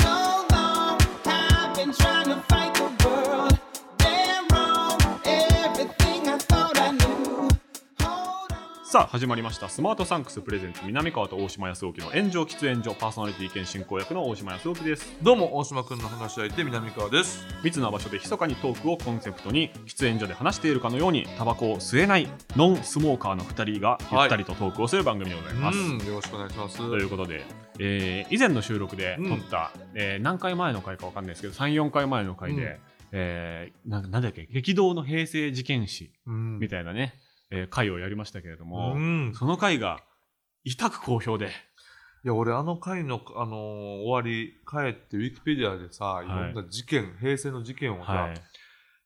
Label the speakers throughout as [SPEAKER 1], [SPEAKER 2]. [SPEAKER 1] So long, I've been trying to fight the world. Damn wrong, everything I thought I knew. Hold on.
[SPEAKER 2] さあ、始まりました。スマートサンクスプレゼンツ、南川と大島康沖の炎上喫煙所、パーソナリティ兼進行役の大島康沖です。
[SPEAKER 3] どうも、大島くんの話し相手、南川です。
[SPEAKER 2] 密な場所で密かにトークをコンセプトに、喫煙所で話しているかのように、タバコを吸えないノンスモーカーの2人が、ゆったりとトークをする番組でございます。
[SPEAKER 3] うん、よろしくお願いします。
[SPEAKER 2] ということで、えー以前の収録で撮った、えー何回前の回かわかんないですけど34回前の回で、
[SPEAKER 3] うん
[SPEAKER 2] えーなんかなんだっけ激動の平成事件史
[SPEAKER 3] うん
[SPEAKER 2] みたいなね、えー回をやりましたけれども、
[SPEAKER 3] うん。
[SPEAKER 2] その回が痛く好評で、
[SPEAKER 3] いや、俺、あの回の、あのー終わり、帰って、ウィキペディアでさ、
[SPEAKER 2] い
[SPEAKER 3] いろんな事件、平成の事件をさ、
[SPEAKER 2] はい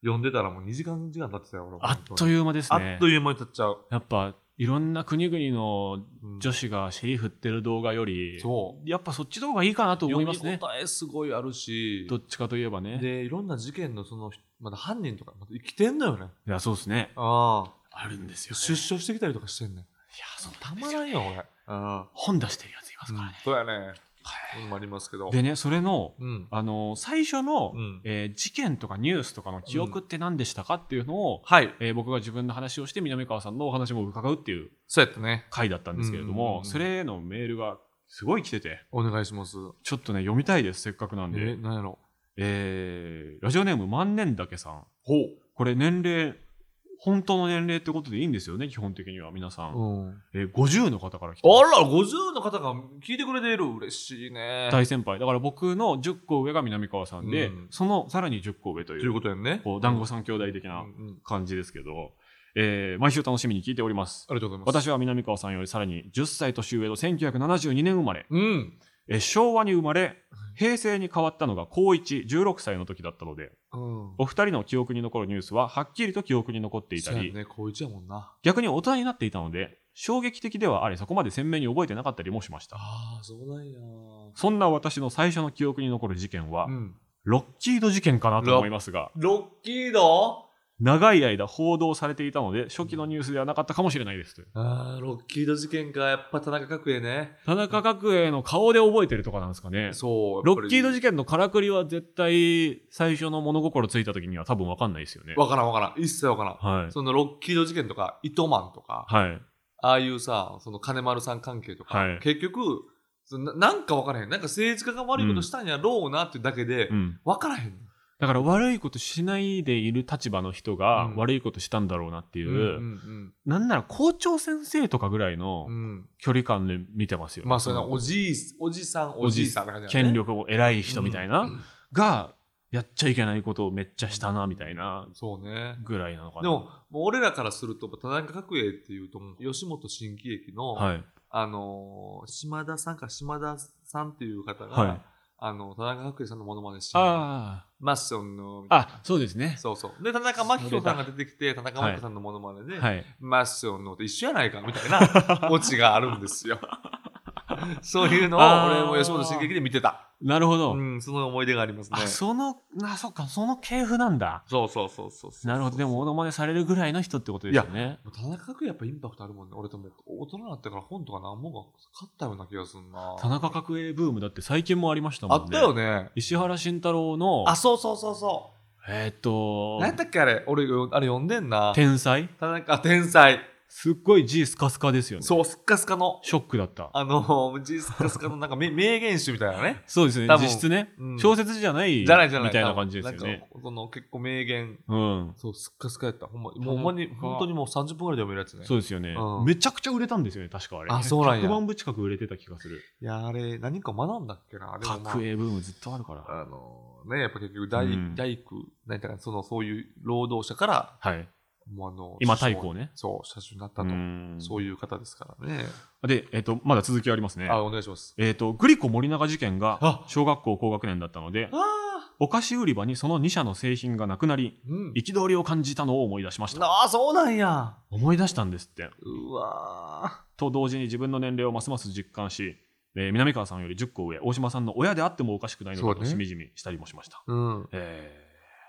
[SPEAKER 3] 読んでたらもう2時間、2時間経ってたよ、俺。
[SPEAKER 2] あっと
[SPEAKER 3] う、
[SPEAKER 2] いう間です
[SPEAKER 3] あ
[SPEAKER 2] ね
[SPEAKER 3] っという間に経っちゃう。
[SPEAKER 2] やっぱいろんな国々の
[SPEAKER 3] うん
[SPEAKER 2] 女子が尻振ってる動画より、
[SPEAKER 3] そう。
[SPEAKER 2] やっぱそっちの方がいいかなと思いますね
[SPEAKER 3] 読み応えすごいあるし、
[SPEAKER 2] どっちかといえばね
[SPEAKER 3] で、いろんな事件の、その、まだ犯人とか、まだ生きてんのよね。
[SPEAKER 2] いやそうですね
[SPEAKER 3] ああ。
[SPEAKER 2] あるんですよ、ね、
[SPEAKER 3] 出所してきたりとかしてんねん。
[SPEAKER 2] いやそう
[SPEAKER 3] た
[SPEAKER 2] た
[SPEAKER 3] ま
[SPEAKER 2] ま
[SPEAKER 3] ら
[SPEAKER 2] ら
[SPEAKER 3] ん
[SPEAKER 2] ん
[SPEAKER 3] よ、
[SPEAKER 2] よ
[SPEAKER 3] 俺。あ
[SPEAKER 2] 本出してるやついま
[SPEAKER 3] あ。
[SPEAKER 2] すからね、
[SPEAKER 3] そうやね。うん、ありますけど。
[SPEAKER 2] でね、それの、
[SPEAKER 3] うん。
[SPEAKER 2] あのー最初の、
[SPEAKER 3] うん
[SPEAKER 2] えー事件とかニュースとかの記憶って何でしたかっていうのを、
[SPEAKER 3] はい。
[SPEAKER 2] えー僕が自分の話をして、南川さんのお話も伺うっていう
[SPEAKER 3] そうやってね。
[SPEAKER 2] 回だったんですけれども、
[SPEAKER 3] うん
[SPEAKER 2] それへのメールがすごい来てて、
[SPEAKER 3] お願いします。
[SPEAKER 2] ちょっとね、読みたいです、せっかくなん
[SPEAKER 3] え、
[SPEAKER 2] で。
[SPEAKER 3] なんやろ。
[SPEAKER 2] えーラジオネーム、万年だけさん。
[SPEAKER 3] ほ
[SPEAKER 2] これ、年齢、本当の年齢ってことでいいんですよね、基本的には、皆さん。
[SPEAKER 3] う。うん。
[SPEAKER 2] えー50の方から来てます。
[SPEAKER 3] あら、50の方が聞いてくれている。嬉しいね。
[SPEAKER 2] 大先輩。だから僕の10個上が南川さんで、
[SPEAKER 3] うん
[SPEAKER 2] そのさらに10個上と
[SPEAKER 3] と
[SPEAKER 2] い
[SPEAKER 3] いうう、ことやんね。
[SPEAKER 2] こう団子三兄弟的な。
[SPEAKER 3] うんうん
[SPEAKER 2] 感じですけど、えー毎週楽しみに聞いております。
[SPEAKER 3] ありがとうございます。
[SPEAKER 2] 私は南川さんよりさらに10歳年上の1972年生まれ、
[SPEAKER 3] うん。
[SPEAKER 2] えー昭和に生まれ、平成に変わったのが高1、16歳の時だったので、
[SPEAKER 3] うん。
[SPEAKER 2] お二人の記憶に残るニュースははっきりと記憶に残っていた
[SPEAKER 3] そうや
[SPEAKER 2] り、
[SPEAKER 3] ね、高一やもんな。
[SPEAKER 2] 逆に大人になっていたので、衝撃的ではあれ、そこまで鮮明に覚えてなかったりもしました。
[SPEAKER 3] ああ、そうなんや。
[SPEAKER 2] そんな私の最初の記憶に残る事件は、
[SPEAKER 3] ん。
[SPEAKER 2] ロッキード事件かなと思いますが、
[SPEAKER 3] ロッキード
[SPEAKER 2] 長い間報道されていたので、初期のニュースではなかったかもしれないです。
[SPEAKER 3] ああ、ロッキード事件か。やっぱ田中角栄ね。
[SPEAKER 2] 田中角栄の顔で覚えてるとかなんですかね。
[SPEAKER 3] そう。
[SPEAKER 2] ロッキード事
[SPEAKER 3] 件。
[SPEAKER 2] 件のからくりは絶対最初の物心ついた時には多分わかんないですよね。
[SPEAKER 3] わからんわからん。一切わからん。
[SPEAKER 2] はい。
[SPEAKER 3] そのロッキード事件とか、糸満とか、
[SPEAKER 2] はい。
[SPEAKER 3] ああいうさ、その金丸さん関係とか、
[SPEAKER 2] はい
[SPEAKER 3] 結局そのな、なんか分からへん。なんか政治家が悪いことしたんやろうなっていうだけで、
[SPEAKER 2] うん。
[SPEAKER 3] 分からへん。
[SPEAKER 2] だから悪いことしないでいる立場の人が
[SPEAKER 3] うん
[SPEAKER 2] 悪いことしたんだろうなっていう、
[SPEAKER 3] うん
[SPEAKER 2] なんなら校長先生とかぐらいの
[SPEAKER 3] うんうん
[SPEAKER 2] 距離感で見てますよね。
[SPEAKER 3] まあ、それ
[SPEAKER 2] の
[SPEAKER 3] なおじい、おじさん、おじいさんな感じだね
[SPEAKER 2] 権力を偉い人みたいな、
[SPEAKER 3] うん
[SPEAKER 2] がやっちゃいけないことをめっちゃしたなみたいな
[SPEAKER 3] そうね。
[SPEAKER 2] ぐらいなのかな。
[SPEAKER 3] でも、もう俺らからすると、田中角栄っていうと、もう吉本新喜劇の、
[SPEAKER 2] はい。
[SPEAKER 3] あのー島田さんか、島田さんっていう方が、
[SPEAKER 2] はい
[SPEAKER 3] あの、田中角栄さんのものまねして、
[SPEAKER 2] あ
[SPEAKER 3] マッションの、
[SPEAKER 2] あ。あ、そうですね。
[SPEAKER 3] そうそう。で、田中真紀子さんが出てきて、田中真紀子さんのモノマネで、
[SPEAKER 2] はい。
[SPEAKER 3] マッションのと一緒やないかみたい なオチがあるんですよ。そういうのを
[SPEAKER 2] あー
[SPEAKER 3] 俺も吉本新喜劇で見てた。
[SPEAKER 2] なるほど。
[SPEAKER 3] うん、その思い出がありますね。
[SPEAKER 2] あそのあそっかその系譜なんだ
[SPEAKER 3] そうそうそうそうそう。
[SPEAKER 2] なるほどでもモノマネされるぐらいの人ってことですよね
[SPEAKER 3] 田中角栄やっぱインパクトあるもんね。俺ともう大人になってから本とか何本か買ったような気がするな。
[SPEAKER 2] 田中角栄ブームだって最近もありました
[SPEAKER 3] あ
[SPEAKER 2] もんね
[SPEAKER 3] ったよね。
[SPEAKER 2] 石原慎太郎の
[SPEAKER 3] あ、そうそうそうそ
[SPEAKER 2] えーっ
[SPEAKER 3] う。
[SPEAKER 2] と
[SPEAKER 3] 何やったっけあれ。俺、あれ読んでんな。
[SPEAKER 2] 天才
[SPEAKER 3] 田中、あ天才。
[SPEAKER 2] すっごい字スカスカですよね
[SPEAKER 3] そう、すっかすかの。
[SPEAKER 2] ショックだった
[SPEAKER 3] あの、ジースカスカのなんか名名言集みたいなね。
[SPEAKER 2] そうですね
[SPEAKER 3] 多分
[SPEAKER 2] 実質ね、
[SPEAKER 3] うん
[SPEAKER 2] 小説じゃない
[SPEAKER 3] じゃないじゃない。
[SPEAKER 2] みたいな感じですよ
[SPEAKER 3] なん
[SPEAKER 2] ね
[SPEAKER 3] かその結構名言。
[SPEAKER 2] うん
[SPEAKER 3] そう、すっかすかやった。ほんま、
[SPEAKER 2] ん
[SPEAKER 3] もうほんまに、本当にもう30分ぐらいで読めるやつね。
[SPEAKER 2] そうですよね、
[SPEAKER 3] うん
[SPEAKER 2] めちゃくちゃ売れたんですよね確かあれ
[SPEAKER 3] あそうなん
[SPEAKER 2] 100
[SPEAKER 3] や
[SPEAKER 2] 万部近く売れてた気がする
[SPEAKER 3] いや、あれ、何か学んだっけな。あれも、まあ
[SPEAKER 2] 角、栄ブームずっとあるから
[SPEAKER 3] あの、ね、やっぱ結局大、
[SPEAKER 2] うん
[SPEAKER 3] 大工、なんかその、そういう労働者から、
[SPEAKER 2] はい
[SPEAKER 3] もうあの、
[SPEAKER 2] 今
[SPEAKER 3] 車
[SPEAKER 2] 太
[SPEAKER 3] 掌
[SPEAKER 2] 鼓。ね
[SPEAKER 3] そう、車種になったと。
[SPEAKER 2] うん
[SPEAKER 3] そういう方ですからね。
[SPEAKER 2] で、えーっとまだ続きありますね
[SPEAKER 3] あ、お願いします。
[SPEAKER 2] えー、とグリコ森永事件が
[SPEAKER 3] あ
[SPEAKER 2] 小学校高学年だったので
[SPEAKER 3] あ
[SPEAKER 2] お菓子売り場にその2社の製品がなくなり
[SPEAKER 3] うん
[SPEAKER 2] 憤りを感じたのを思い出しました
[SPEAKER 3] ああそうなんや
[SPEAKER 2] 思い出したんですって
[SPEAKER 3] うわ
[SPEAKER 2] と同時に自分の年齢をますます実感し、えー南川さんより10個上大島さんの親であってもおかしくないの
[SPEAKER 3] そ
[SPEAKER 2] か
[SPEAKER 3] う
[SPEAKER 2] と
[SPEAKER 3] ね
[SPEAKER 2] しみじみしたりもしました、
[SPEAKER 3] うん
[SPEAKER 2] えー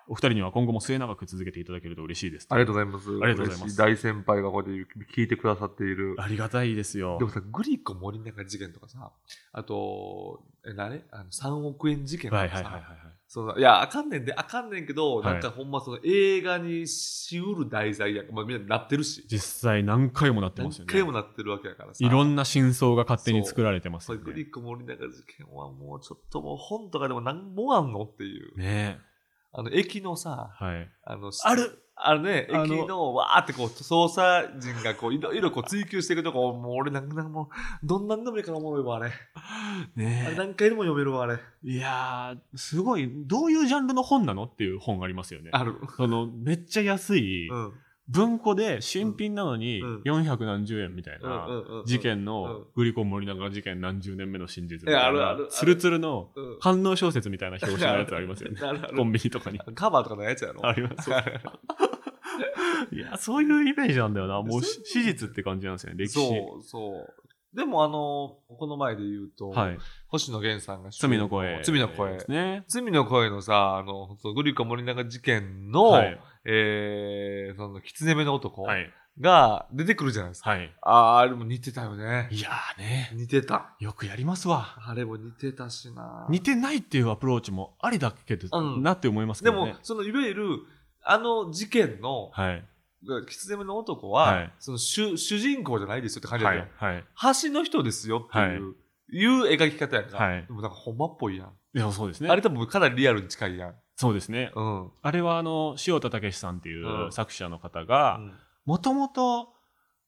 [SPEAKER 2] お二人には今後も末永く続けていただけると嬉しいです
[SPEAKER 3] ありがとうございます
[SPEAKER 2] ありがとうございます
[SPEAKER 3] 嬉し大先輩がこうやって聞いてくださっている
[SPEAKER 2] ありがたいですよ
[SPEAKER 3] でもさグリコ森永事件とかさあとえ何あの3億円事件と
[SPEAKER 2] はい
[SPEAKER 3] かさ、
[SPEAKER 2] はいはいはいはい
[SPEAKER 3] そのいやあかんねんであかんねんけど、
[SPEAKER 2] はい
[SPEAKER 3] なんかほんまその映画にしうる題材やん、まあ、みんななってるし
[SPEAKER 2] 実際何回もなってま
[SPEAKER 3] 何
[SPEAKER 2] すよ
[SPEAKER 3] 回
[SPEAKER 2] ね
[SPEAKER 3] もなってるわけやからさ
[SPEAKER 2] いろんな真相が勝手に作られてます
[SPEAKER 3] そ
[SPEAKER 2] よ
[SPEAKER 3] れグ
[SPEAKER 2] ね
[SPEAKER 3] リコ森永事件はもうちょっともう本とかでも何もあんのっていう、
[SPEAKER 2] ね
[SPEAKER 3] あの駅のさ
[SPEAKER 2] はい
[SPEAKER 3] あの
[SPEAKER 2] ある
[SPEAKER 3] あのね
[SPEAKER 2] あの
[SPEAKER 3] 駅のわーってこう捜査陣がこういろいろこう追求していくとこもう俺なんなんもうどんなんでもいいからおもろいわあれあれ
[SPEAKER 2] ね
[SPEAKER 3] 何回でも読めるわあれ
[SPEAKER 2] いやーすごいどういうジャンルの本なのっていう本ありますよね
[SPEAKER 3] ある
[SPEAKER 2] そのめっちゃ安い、
[SPEAKER 3] うん
[SPEAKER 2] 文庫で新品なのに
[SPEAKER 3] うん
[SPEAKER 2] 400何十円みたい
[SPEAKER 3] うんう
[SPEAKER 2] なん
[SPEAKER 3] うんうん
[SPEAKER 2] 事件
[SPEAKER 3] う
[SPEAKER 2] の
[SPEAKER 3] ん
[SPEAKER 2] グリコ森永事件何十年目の真実みたい
[SPEAKER 3] いやあるあ
[SPEAKER 2] な
[SPEAKER 3] るある
[SPEAKER 2] ツルツルの
[SPEAKER 3] うん
[SPEAKER 2] 官能小説みたいな表紙のやつあり ますよね
[SPEAKER 3] あるある
[SPEAKER 2] コンビニとかに
[SPEAKER 3] カバーとかのやつやろ
[SPEAKER 2] あり ます
[SPEAKER 3] ある
[SPEAKER 2] いやそういうイメージなんだよなもう
[SPEAKER 3] そう
[SPEAKER 2] し史実って感じなんですよね歴史
[SPEAKER 3] そうそうでもあのこの前で言うと、
[SPEAKER 2] はい
[SPEAKER 3] 星野源さんが主演
[SPEAKER 2] 罪の声
[SPEAKER 3] 罪の声
[SPEAKER 2] ですね
[SPEAKER 3] 罪の声のさ、あの、そのグリコ森永事件の、
[SPEAKER 2] はい
[SPEAKER 3] えー、その、狐目の男
[SPEAKER 2] はい
[SPEAKER 3] が出てくるじゃないですか。
[SPEAKER 2] はい
[SPEAKER 3] ああ、あれも似てたよね。
[SPEAKER 2] いやーね
[SPEAKER 3] 似てた。
[SPEAKER 2] よくやりますわ
[SPEAKER 3] あれも似てたしな。
[SPEAKER 2] 似てないっていうアプローチもありだけど
[SPEAKER 3] うん
[SPEAKER 2] なって思いますけ
[SPEAKER 3] で
[SPEAKER 2] ど
[SPEAKER 3] も
[SPEAKER 2] ね、
[SPEAKER 3] その、いわゆる、あの事件の、
[SPEAKER 2] はい
[SPEAKER 3] 狐目の男は、
[SPEAKER 2] はい
[SPEAKER 3] その主、主人公じゃないですよって感じだ
[SPEAKER 2] は
[SPEAKER 3] ったよ
[SPEAKER 2] い。はい
[SPEAKER 3] 橋の人ですよっていう、いう描き方やんか。
[SPEAKER 2] はい
[SPEAKER 3] でもなんか、ほんまっぽいやん。
[SPEAKER 2] いやそうですね
[SPEAKER 3] あれ多分かなりリアルに近いやん。
[SPEAKER 2] そうですね
[SPEAKER 3] うん。
[SPEAKER 2] あれはあの塩田武さんっていううん作者の方がもともと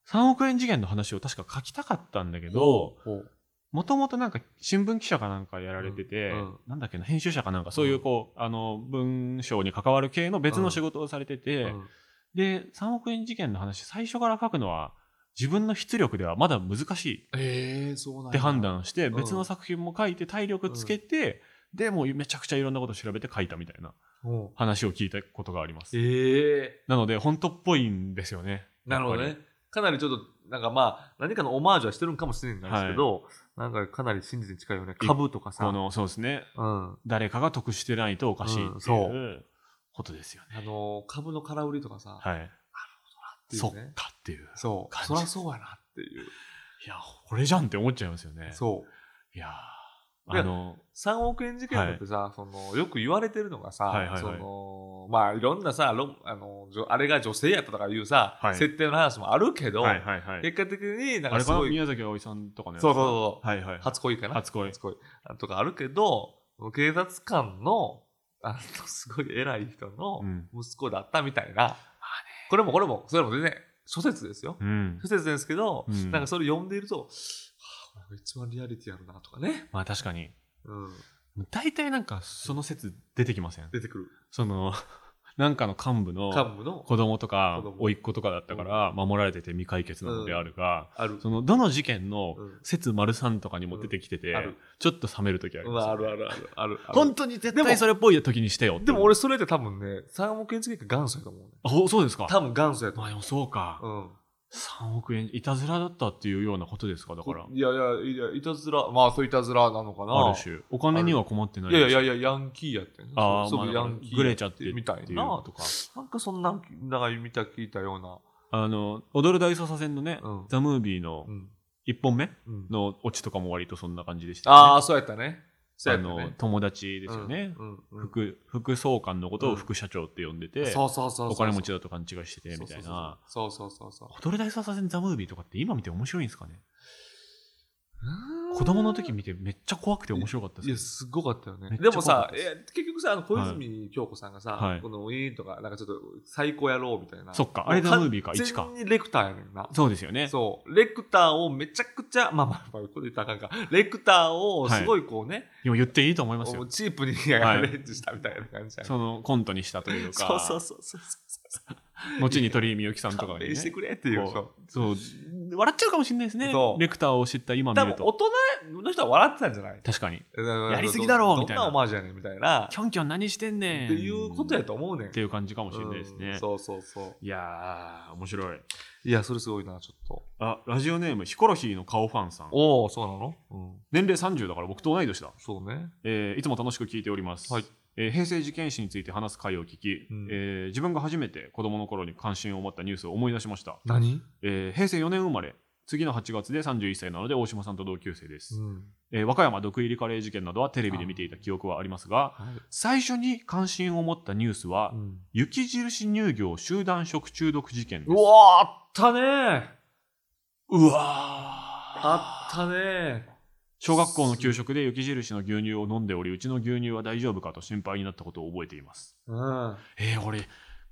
[SPEAKER 2] 3億円事件の話を確か書きたかったんだけど
[SPEAKER 3] ほう
[SPEAKER 2] もともとなんか新聞記者かなんかやられてて、
[SPEAKER 3] うんうん
[SPEAKER 2] なんだっけな編集者かなんかそういうこう、あの文章に関わる系の別の仕事をされてて、
[SPEAKER 3] うん
[SPEAKER 2] で3億円事件の話最初から書くのは自分の出力ではまだ難しい
[SPEAKER 3] えー、そうなんや
[SPEAKER 2] って判断して
[SPEAKER 3] ん
[SPEAKER 2] 別の作品も書いて体力つけて、でもうめちゃくちゃいろんなこと調べて書いたみたいな
[SPEAKER 3] うん
[SPEAKER 2] 話を聞いたことがあります。
[SPEAKER 3] ええ
[SPEAKER 2] なので、本当っぽいんですよね。
[SPEAKER 3] なるほど
[SPEAKER 2] やっ
[SPEAKER 3] ね。かなりちょっと、なんかまあ、何かのオマージュはしてるんかもしれないんですけど、なんかかなり真実に近いよね。
[SPEAKER 2] い
[SPEAKER 3] 株とか
[SPEAKER 2] ぱり。
[SPEAKER 3] さ、
[SPEAKER 2] この、そうですね。
[SPEAKER 3] うん、あ
[SPEAKER 2] 誰かが得してないとおかしいっ
[SPEAKER 3] うん
[SPEAKER 2] てい
[SPEAKER 3] そう
[SPEAKER 2] ことですよね。
[SPEAKER 3] の、株の空売りとかさ、
[SPEAKER 2] はい。
[SPEAKER 3] ってい
[SPEAKER 2] そっ
[SPEAKER 3] うね。
[SPEAKER 2] かっていう。
[SPEAKER 3] そう。
[SPEAKER 2] 感じ
[SPEAKER 3] そらそうやなっていう。
[SPEAKER 2] いや、これじゃんって思っちゃいますよね。
[SPEAKER 3] そう。
[SPEAKER 2] いや
[SPEAKER 3] い
[SPEAKER 2] ー、
[SPEAKER 3] や
[SPEAKER 2] あの、
[SPEAKER 3] 3億円事件だってさ、そのよく言われてるのがさ、
[SPEAKER 2] はいはいはい
[SPEAKER 3] そのまあいろんなさロンあのじょあれが女性やったとかいうさ、
[SPEAKER 2] はい
[SPEAKER 3] 設定の話もあるけど、
[SPEAKER 2] はいはいはい。
[SPEAKER 3] 結果的にな
[SPEAKER 2] あ
[SPEAKER 3] んか
[SPEAKER 2] れ
[SPEAKER 3] す
[SPEAKER 2] かな
[SPEAKER 3] ごい
[SPEAKER 2] 宮崎あおいさんとかね。
[SPEAKER 3] そうそうそう
[SPEAKER 2] はいはい。
[SPEAKER 3] 初恋かな
[SPEAKER 2] 初恋
[SPEAKER 3] 初恋とかあるけど警察官のあのすごい偉い人の
[SPEAKER 2] うん。
[SPEAKER 3] 息子だったみたいな、これもこれもそれも全然諸説ですよ、
[SPEAKER 2] うん。
[SPEAKER 3] 諸説ですけど、
[SPEAKER 2] うん
[SPEAKER 3] なんかそれ読んでいると、はあ、これが一番リアリティあるなとかね、
[SPEAKER 2] まあ確かに。
[SPEAKER 3] うん、
[SPEAKER 2] 大体なんか、その説出てきません。
[SPEAKER 3] 出てくる
[SPEAKER 2] その、 なんかの幹部の
[SPEAKER 3] 幹部の
[SPEAKER 2] 子供とか
[SPEAKER 3] 子、供
[SPEAKER 2] 甥っ子とかだったから、守られてて未解決なのであるが、
[SPEAKER 3] ある
[SPEAKER 2] そのどの事件の
[SPEAKER 3] うん
[SPEAKER 2] 説丸さんとかにも出てきてて、
[SPEAKER 3] うんある
[SPEAKER 2] ちょっと冷める時あり
[SPEAKER 3] うん
[SPEAKER 2] ます、ね
[SPEAKER 3] あるあるあるあるある
[SPEAKER 2] 本当に絶
[SPEAKER 3] でも
[SPEAKER 2] 対それっぽい時にしてよって
[SPEAKER 3] でも俺それって多分ね3億円事件が元祖やと思うね
[SPEAKER 2] あほそうですか
[SPEAKER 3] 多分元祖やと
[SPEAKER 2] ま
[SPEAKER 3] 思
[SPEAKER 2] あでもそうか、
[SPEAKER 3] う、うん
[SPEAKER 2] 3億円いたずらだったっていうようなことですかだから
[SPEAKER 3] いやいやいやいたずらまあそういたずらなのかな
[SPEAKER 2] ある種お金には困ってない
[SPEAKER 3] いやいや
[SPEAKER 2] や
[SPEAKER 3] いやヤンキーやってん
[SPEAKER 2] ああ
[SPEAKER 3] そ
[SPEAKER 2] まあ
[SPEAKER 3] うそ
[SPEAKER 2] だ
[SPEAKER 3] うヤ
[SPEAKER 2] から
[SPEAKER 3] ンキー
[SPEAKER 2] グレちゃって
[SPEAKER 3] みたい
[SPEAKER 2] っていう
[SPEAKER 3] な
[SPEAKER 2] ことか
[SPEAKER 3] なんかそんなんなんか見た聞いたような
[SPEAKER 2] あの踊る大捜査線のね、
[SPEAKER 3] うん
[SPEAKER 2] ザ・ムービーの
[SPEAKER 3] うん
[SPEAKER 2] 1本目
[SPEAKER 3] うん
[SPEAKER 2] のオチとかも割とそんな感じでしたよ
[SPEAKER 3] あ
[SPEAKER 2] ね
[SPEAKER 3] あそうやったねそうやった
[SPEAKER 2] あの
[SPEAKER 3] ね
[SPEAKER 2] 友達ですよね、
[SPEAKER 3] うんうんうん
[SPEAKER 2] 副副総監のことを副社長って呼んでて、
[SPEAKER 3] そうそうそうそう
[SPEAKER 2] お金持ちだと勘違いしててみたいな。
[SPEAKER 3] そうそうそうそう
[SPEAKER 2] ホトル大捜査線ザムービーとかって今見て面白いんですかね
[SPEAKER 3] そう
[SPEAKER 2] 子供の時見てめっちゃ怖くて面白かった
[SPEAKER 3] いや、
[SPEAKER 2] です。
[SPEAKER 3] すごかったよ
[SPEAKER 2] め
[SPEAKER 3] ね。
[SPEAKER 2] っちゃ
[SPEAKER 3] でもさ、
[SPEAKER 2] 怖
[SPEAKER 3] いや結局さ、あの小泉京子さんがさ、
[SPEAKER 2] はい
[SPEAKER 3] このウィーンとか、なんかちょっと最高やろうみたいな。
[SPEAKER 2] そっかあれが
[SPEAKER 3] 完
[SPEAKER 2] ムービーか一か
[SPEAKER 3] 完全にレクターやねんな。
[SPEAKER 2] そうですよね。
[SPEAKER 3] そう。レクターをめちゃくちゃ、まあまあ、まあ、これ言ったらあかんか。レクターをすごいこうね、
[SPEAKER 2] でも言っていいと思います
[SPEAKER 3] こ
[SPEAKER 2] よ
[SPEAKER 3] う。チープに
[SPEAKER 2] はい
[SPEAKER 3] アレンジしたみたいな感じやね
[SPEAKER 2] そのコントにしたという
[SPEAKER 3] そう
[SPEAKER 2] か、
[SPEAKER 3] そうそうそうそう。
[SPEAKER 2] 後に鳥居みゆきさんとか
[SPEAKER 3] 勘
[SPEAKER 2] にね
[SPEAKER 3] 弁してくれっていう。
[SPEAKER 2] こうそう笑っちゃうかもしれないですね
[SPEAKER 3] そう
[SPEAKER 2] レクターを知った今
[SPEAKER 3] 多
[SPEAKER 2] 見
[SPEAKER 3] 分
[SPEAKER 2] る
[SPEAKER 3] 大
[SPEAKER 2] と
[SPEAKER 3] 人の人は笑ってたんじゃない
[SPEAKER 2] 確かに
[SPEAKER 3] や
[SPEAKER 2] りすぎだろうみたいな
[SPEAKER 3] どんなオマージュやねんみたいな。
[SPEAKER 2] キョンキョン何してんねん
[SPEAKER 3] っていうことやと思うねん。
[SPEAKER 2] っていう感じかもしれないですね、
[SPEAKER 3] うんそうそうそう。
[SPEAKER 2] いやー面白い
[SPEAKER 3] いや、それすごいな、ちょっと。
[SPEAKER 2] あラジオネームヒコロヒーの顔ファンさん
[SPEAKER 3] おお、そうなのうん。
[SPEAKER 2] 年齢30だから僕と同い年だ、
[SPEAKER 3] そうね。
[SPEAKER 2] えーいつも楽しく聞いております、
[SPEAKER 3] はい
[SPEAKER 2] えー平成事件史について話す回を聞き、
[SPEAKER 3] うん
[SPEAKER 2] えー自分が初めて子供の頃に関心を持ったニュースを思い出しました、
[SPEAKER 3] 何
[SPEAKER 2] えー平成4年生まれ次の8月で31歳なので大島さんと同級生です、
[SPEAKER 3] うん。
[SPEAKER 2] えー和歌山毒入りカレー事件などはテレビで見ていた記憶はありますが
[SPEAKER 3] はい。
[SPEAKER 2] 最初に関心を持ったニュースは、
[SPEAKER 3] うん
[SPEAKER 2] 雪印乳業集団食中毒事件です
[SPEAKER 3] うわー、あったねー。
[SPEAKER 2] うわ
[SPEAKER 3] あったね
[SPEAKER 2] 小学校の給食で雪印の牛乳を飲んでおりうちの牛乳は大丈夫かと心配になったことを覚えています
[SPEAKER 3] ー。うん。
[SPEAKER 2] えー、俺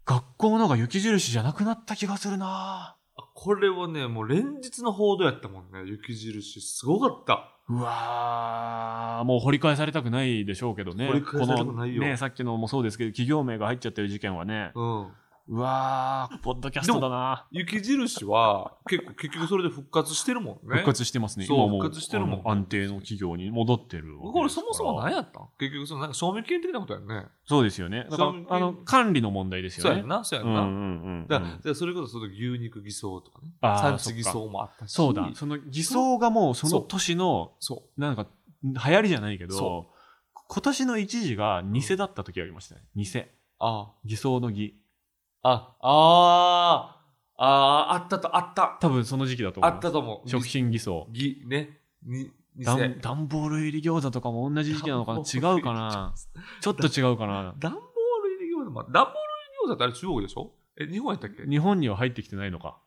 [SPEAKER 2] 学校のが雪印じゃなくなった気がするな
[SPEAKER 3] これはね、もう連日の報道やったもんね。雪印、すごかった。
[SPEAKER 2] うわーもう掘り返されたくないでしょうけどね
[SPEAKER 3] 掘り返されたくないよ
[SPEAKER 2] このねさっきのもそうですけど企業名が入っちゃってる事件はね
[SPEAKER 3] うん。
[SPEAKER 2] うわーポッドキャストだな
[SPEAKER 3] 雪印は、結構、結局それで復活してるもんね。
[SPEAKER 2] 復活してますね
[SPEAKER 3] そう
[SPEAKER 2] 今もう
[SPEAKER 3] 復活してるもん
[SPEAKER 2] あの安定の企業に戻ってるわけですから
[SPEAKER 3] これそもそも何やったん結局、そのなんか賞味期限的なことやんね。
[SPEAKER 2] そうですよねだか
[SPEAKER 3] そう
[SPEAKER 2] らあの管理の問題です
[SPEAKER 3] そう
[SPEAKER 2] よ
[SPEAKER 3] や
[SPEAKER 2] ね
[SPEAKER 3] んな、そうや
[SPEAKER 2] うんんう
[SPEAKER 3] な。
[SPEAKER 2] んうんうん
[SPEAKER 3] だから、それこそその牛肉偽装とかね。
[SPEAKER 2] あー
[SPEAKER 3] 産地偽装もあったし。
[SPEAKER 2] そうだ、その偽装がもうその年の、
[SPEAKER 3] そ
[SPEAKER 2] なんか、流行りじゃないけど
[SPEAKER 3] そ、
[SPEAKER 2] 今年の一時が偽だった時ありましたね。偽。
[SPEAKER 3] う。あ
[SPEAKER 2] 偽装の偽。
[SPEAKER 3] あ、ああー、あーあったと、あった。
[SPEAKER 2] 多分その時期だと思い
[SPEAKER 3] あっ
[SPEAKER 2] ます。
[SPEAKER 3] たと思う。
[SPEAKER 2] 食品偽装。
[SPEAKER 3] ぎ、ぎね。に、偽。
[SPEAKER 2] ダン段ボール入り餃子とかも同じ時期なの かな違うかなちょっと違うかな
[SPEAKER 3] ダンボール入り餃子も、ダンボール入り餃子ってあれ中国でしょえ、日本やったっけ
[SPEAKER 2] 日本には入ってきてないのか。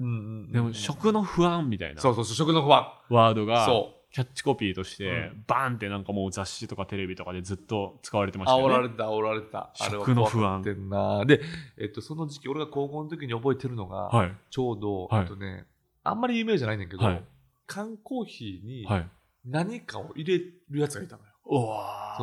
[SPEAKER 3] うんうんうん
[SPEAKER 2] でも、食の不安みたいな
[SPEAKER 3] そうそうそう、食の不安。
[SPEAKER 2] ワードが、
[SPEAKER 3] そ
[SPEAKER 2] キャッチコピーとして
[SPEAKER 3] う、
[SPEAKER 2] バーンってなんかもう雑誌とかテレビとかでずっと使われて
[SPEAKER 3] う。
[SPEAKER 2] ました
[SPEAKER 3] 煽ら
[SPEAKER 2] よね。
[SPEAKER 3] れた、煽られた。あれは
[SPEAKER 2] 食の不
[SPEAKER 3] 怖
[SPEAKER 2] 安
[SPEAKER 3] く。てんな。で、えっと、その時期、俺が高校の時に覚えてるのが、
[SPEAKER 2] はい。
[SPEAKER 3] ちょうど、
[SPEAKER 2] はい
[SPEAKER 3] えっとね、あんまり有名じゃないねんだけど、
[SPEAKER 2] はい
[SPEAKER 3] 缶コーヒーに
[SPEAKER 2] はい。
[SPEAKER 3] 何かを入れるやつがいたのよ。
[SPEAKER 2] うわー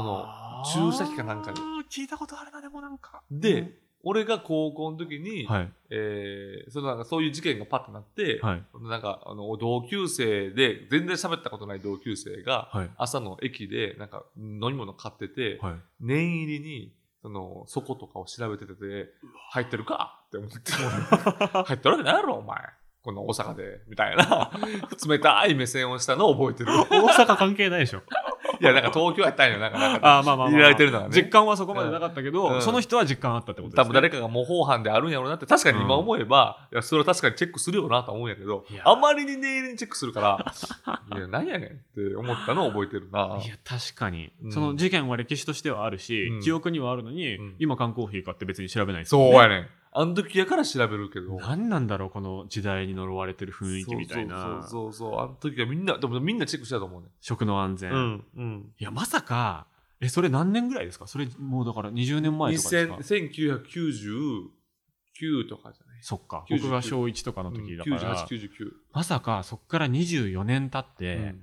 [SPEAKER 3] その注射器かなんかで
[SPEAKER 2] あー聞いたことあるなでもなんか
[SPEAKER 3] で、俺が高校の時に、
[SPEAKER 2] はい
[SPEAKER 3] えーそのなんかそういう事件がパッとなって、
[SPEAKER 2] はい
[SPEAKER 3] なんかあの同級生で、全然喋ったことない同級生が、
[SPEAKER 2] はい
[SPEAKER 3] 朝の駅でなんか飲み物買ってて、
[SPEAKER 2] はい
[SPEAKER 3] 念入りにそのそことかを調べてて入ってるかって思って 入ってるわけないやろお前この大阪でみた いな冷たい目線をしたのを覚えてる
[SPEAKER 2] 大阪関係ないでしょ
[SPEAKER 3] いやなんか東京やったんよなんかなんか
[SPEAKER 2] あーまあまあまあ、
[SPEAKER 3] 入れられてるのはね
[SPEAKER 2] 実感はそこまでなかったけど、
[SPEAKER 3] うん
[SPEAKER 2] その人は実感あったってことです、ね、
[SPEAKER 3] 多分誰かが模倣犯であるんやろうなって確かに今思えば、いやそれは確かにチェックするよなと思うんやけど
[SPEAKER 2] いや
[SPEAKER 3] あまりに念入りにチェックするから いや何やねんって思ったのを覚えてるない
[SPEAKER 2] や確かに、
[SPEAKER 3] うん
[SPEAKER 2] その事件は歴史としてはあるし、
[SPEAKER 3] うん
[SPEAKER 2] 記憶にはあるのに、
[SPEAKER 3] うん
[SPEAKER 2] 今缶コーヒー買って別に調べないです
[SPEAKER 3] そ
[SPEAKER 2] よ
[SPEAKER 3] う
[SPEAKER 2] ね
[SPEAKER 3] やねんあの時やから調べるけど
[SPEAKER 2] 何なんだろうこの時代に呪われてる雰囲気みたいな
[SPEAKER 3] そうそうそうそうあの時はみんなでもみんなチェックしたと思うね
[SPEAKER 2] 食の安全、
[SPEAKER 3] んうん
[SPEAKER 2] いやまさかえそれ何年ぐらいですかそれもうだから20年前とかですか
[SPEAKER 3] 1999とかじゃない
[SPEAKER 2] そっか
[SPEAKER 3] 99
[SPEAKER 2] 僕が小1とかの時だから、
[SPEAKER 3] 9899、
[SPEAKER 2] まさかそこから24年経って、
[SPEAKER 3] うん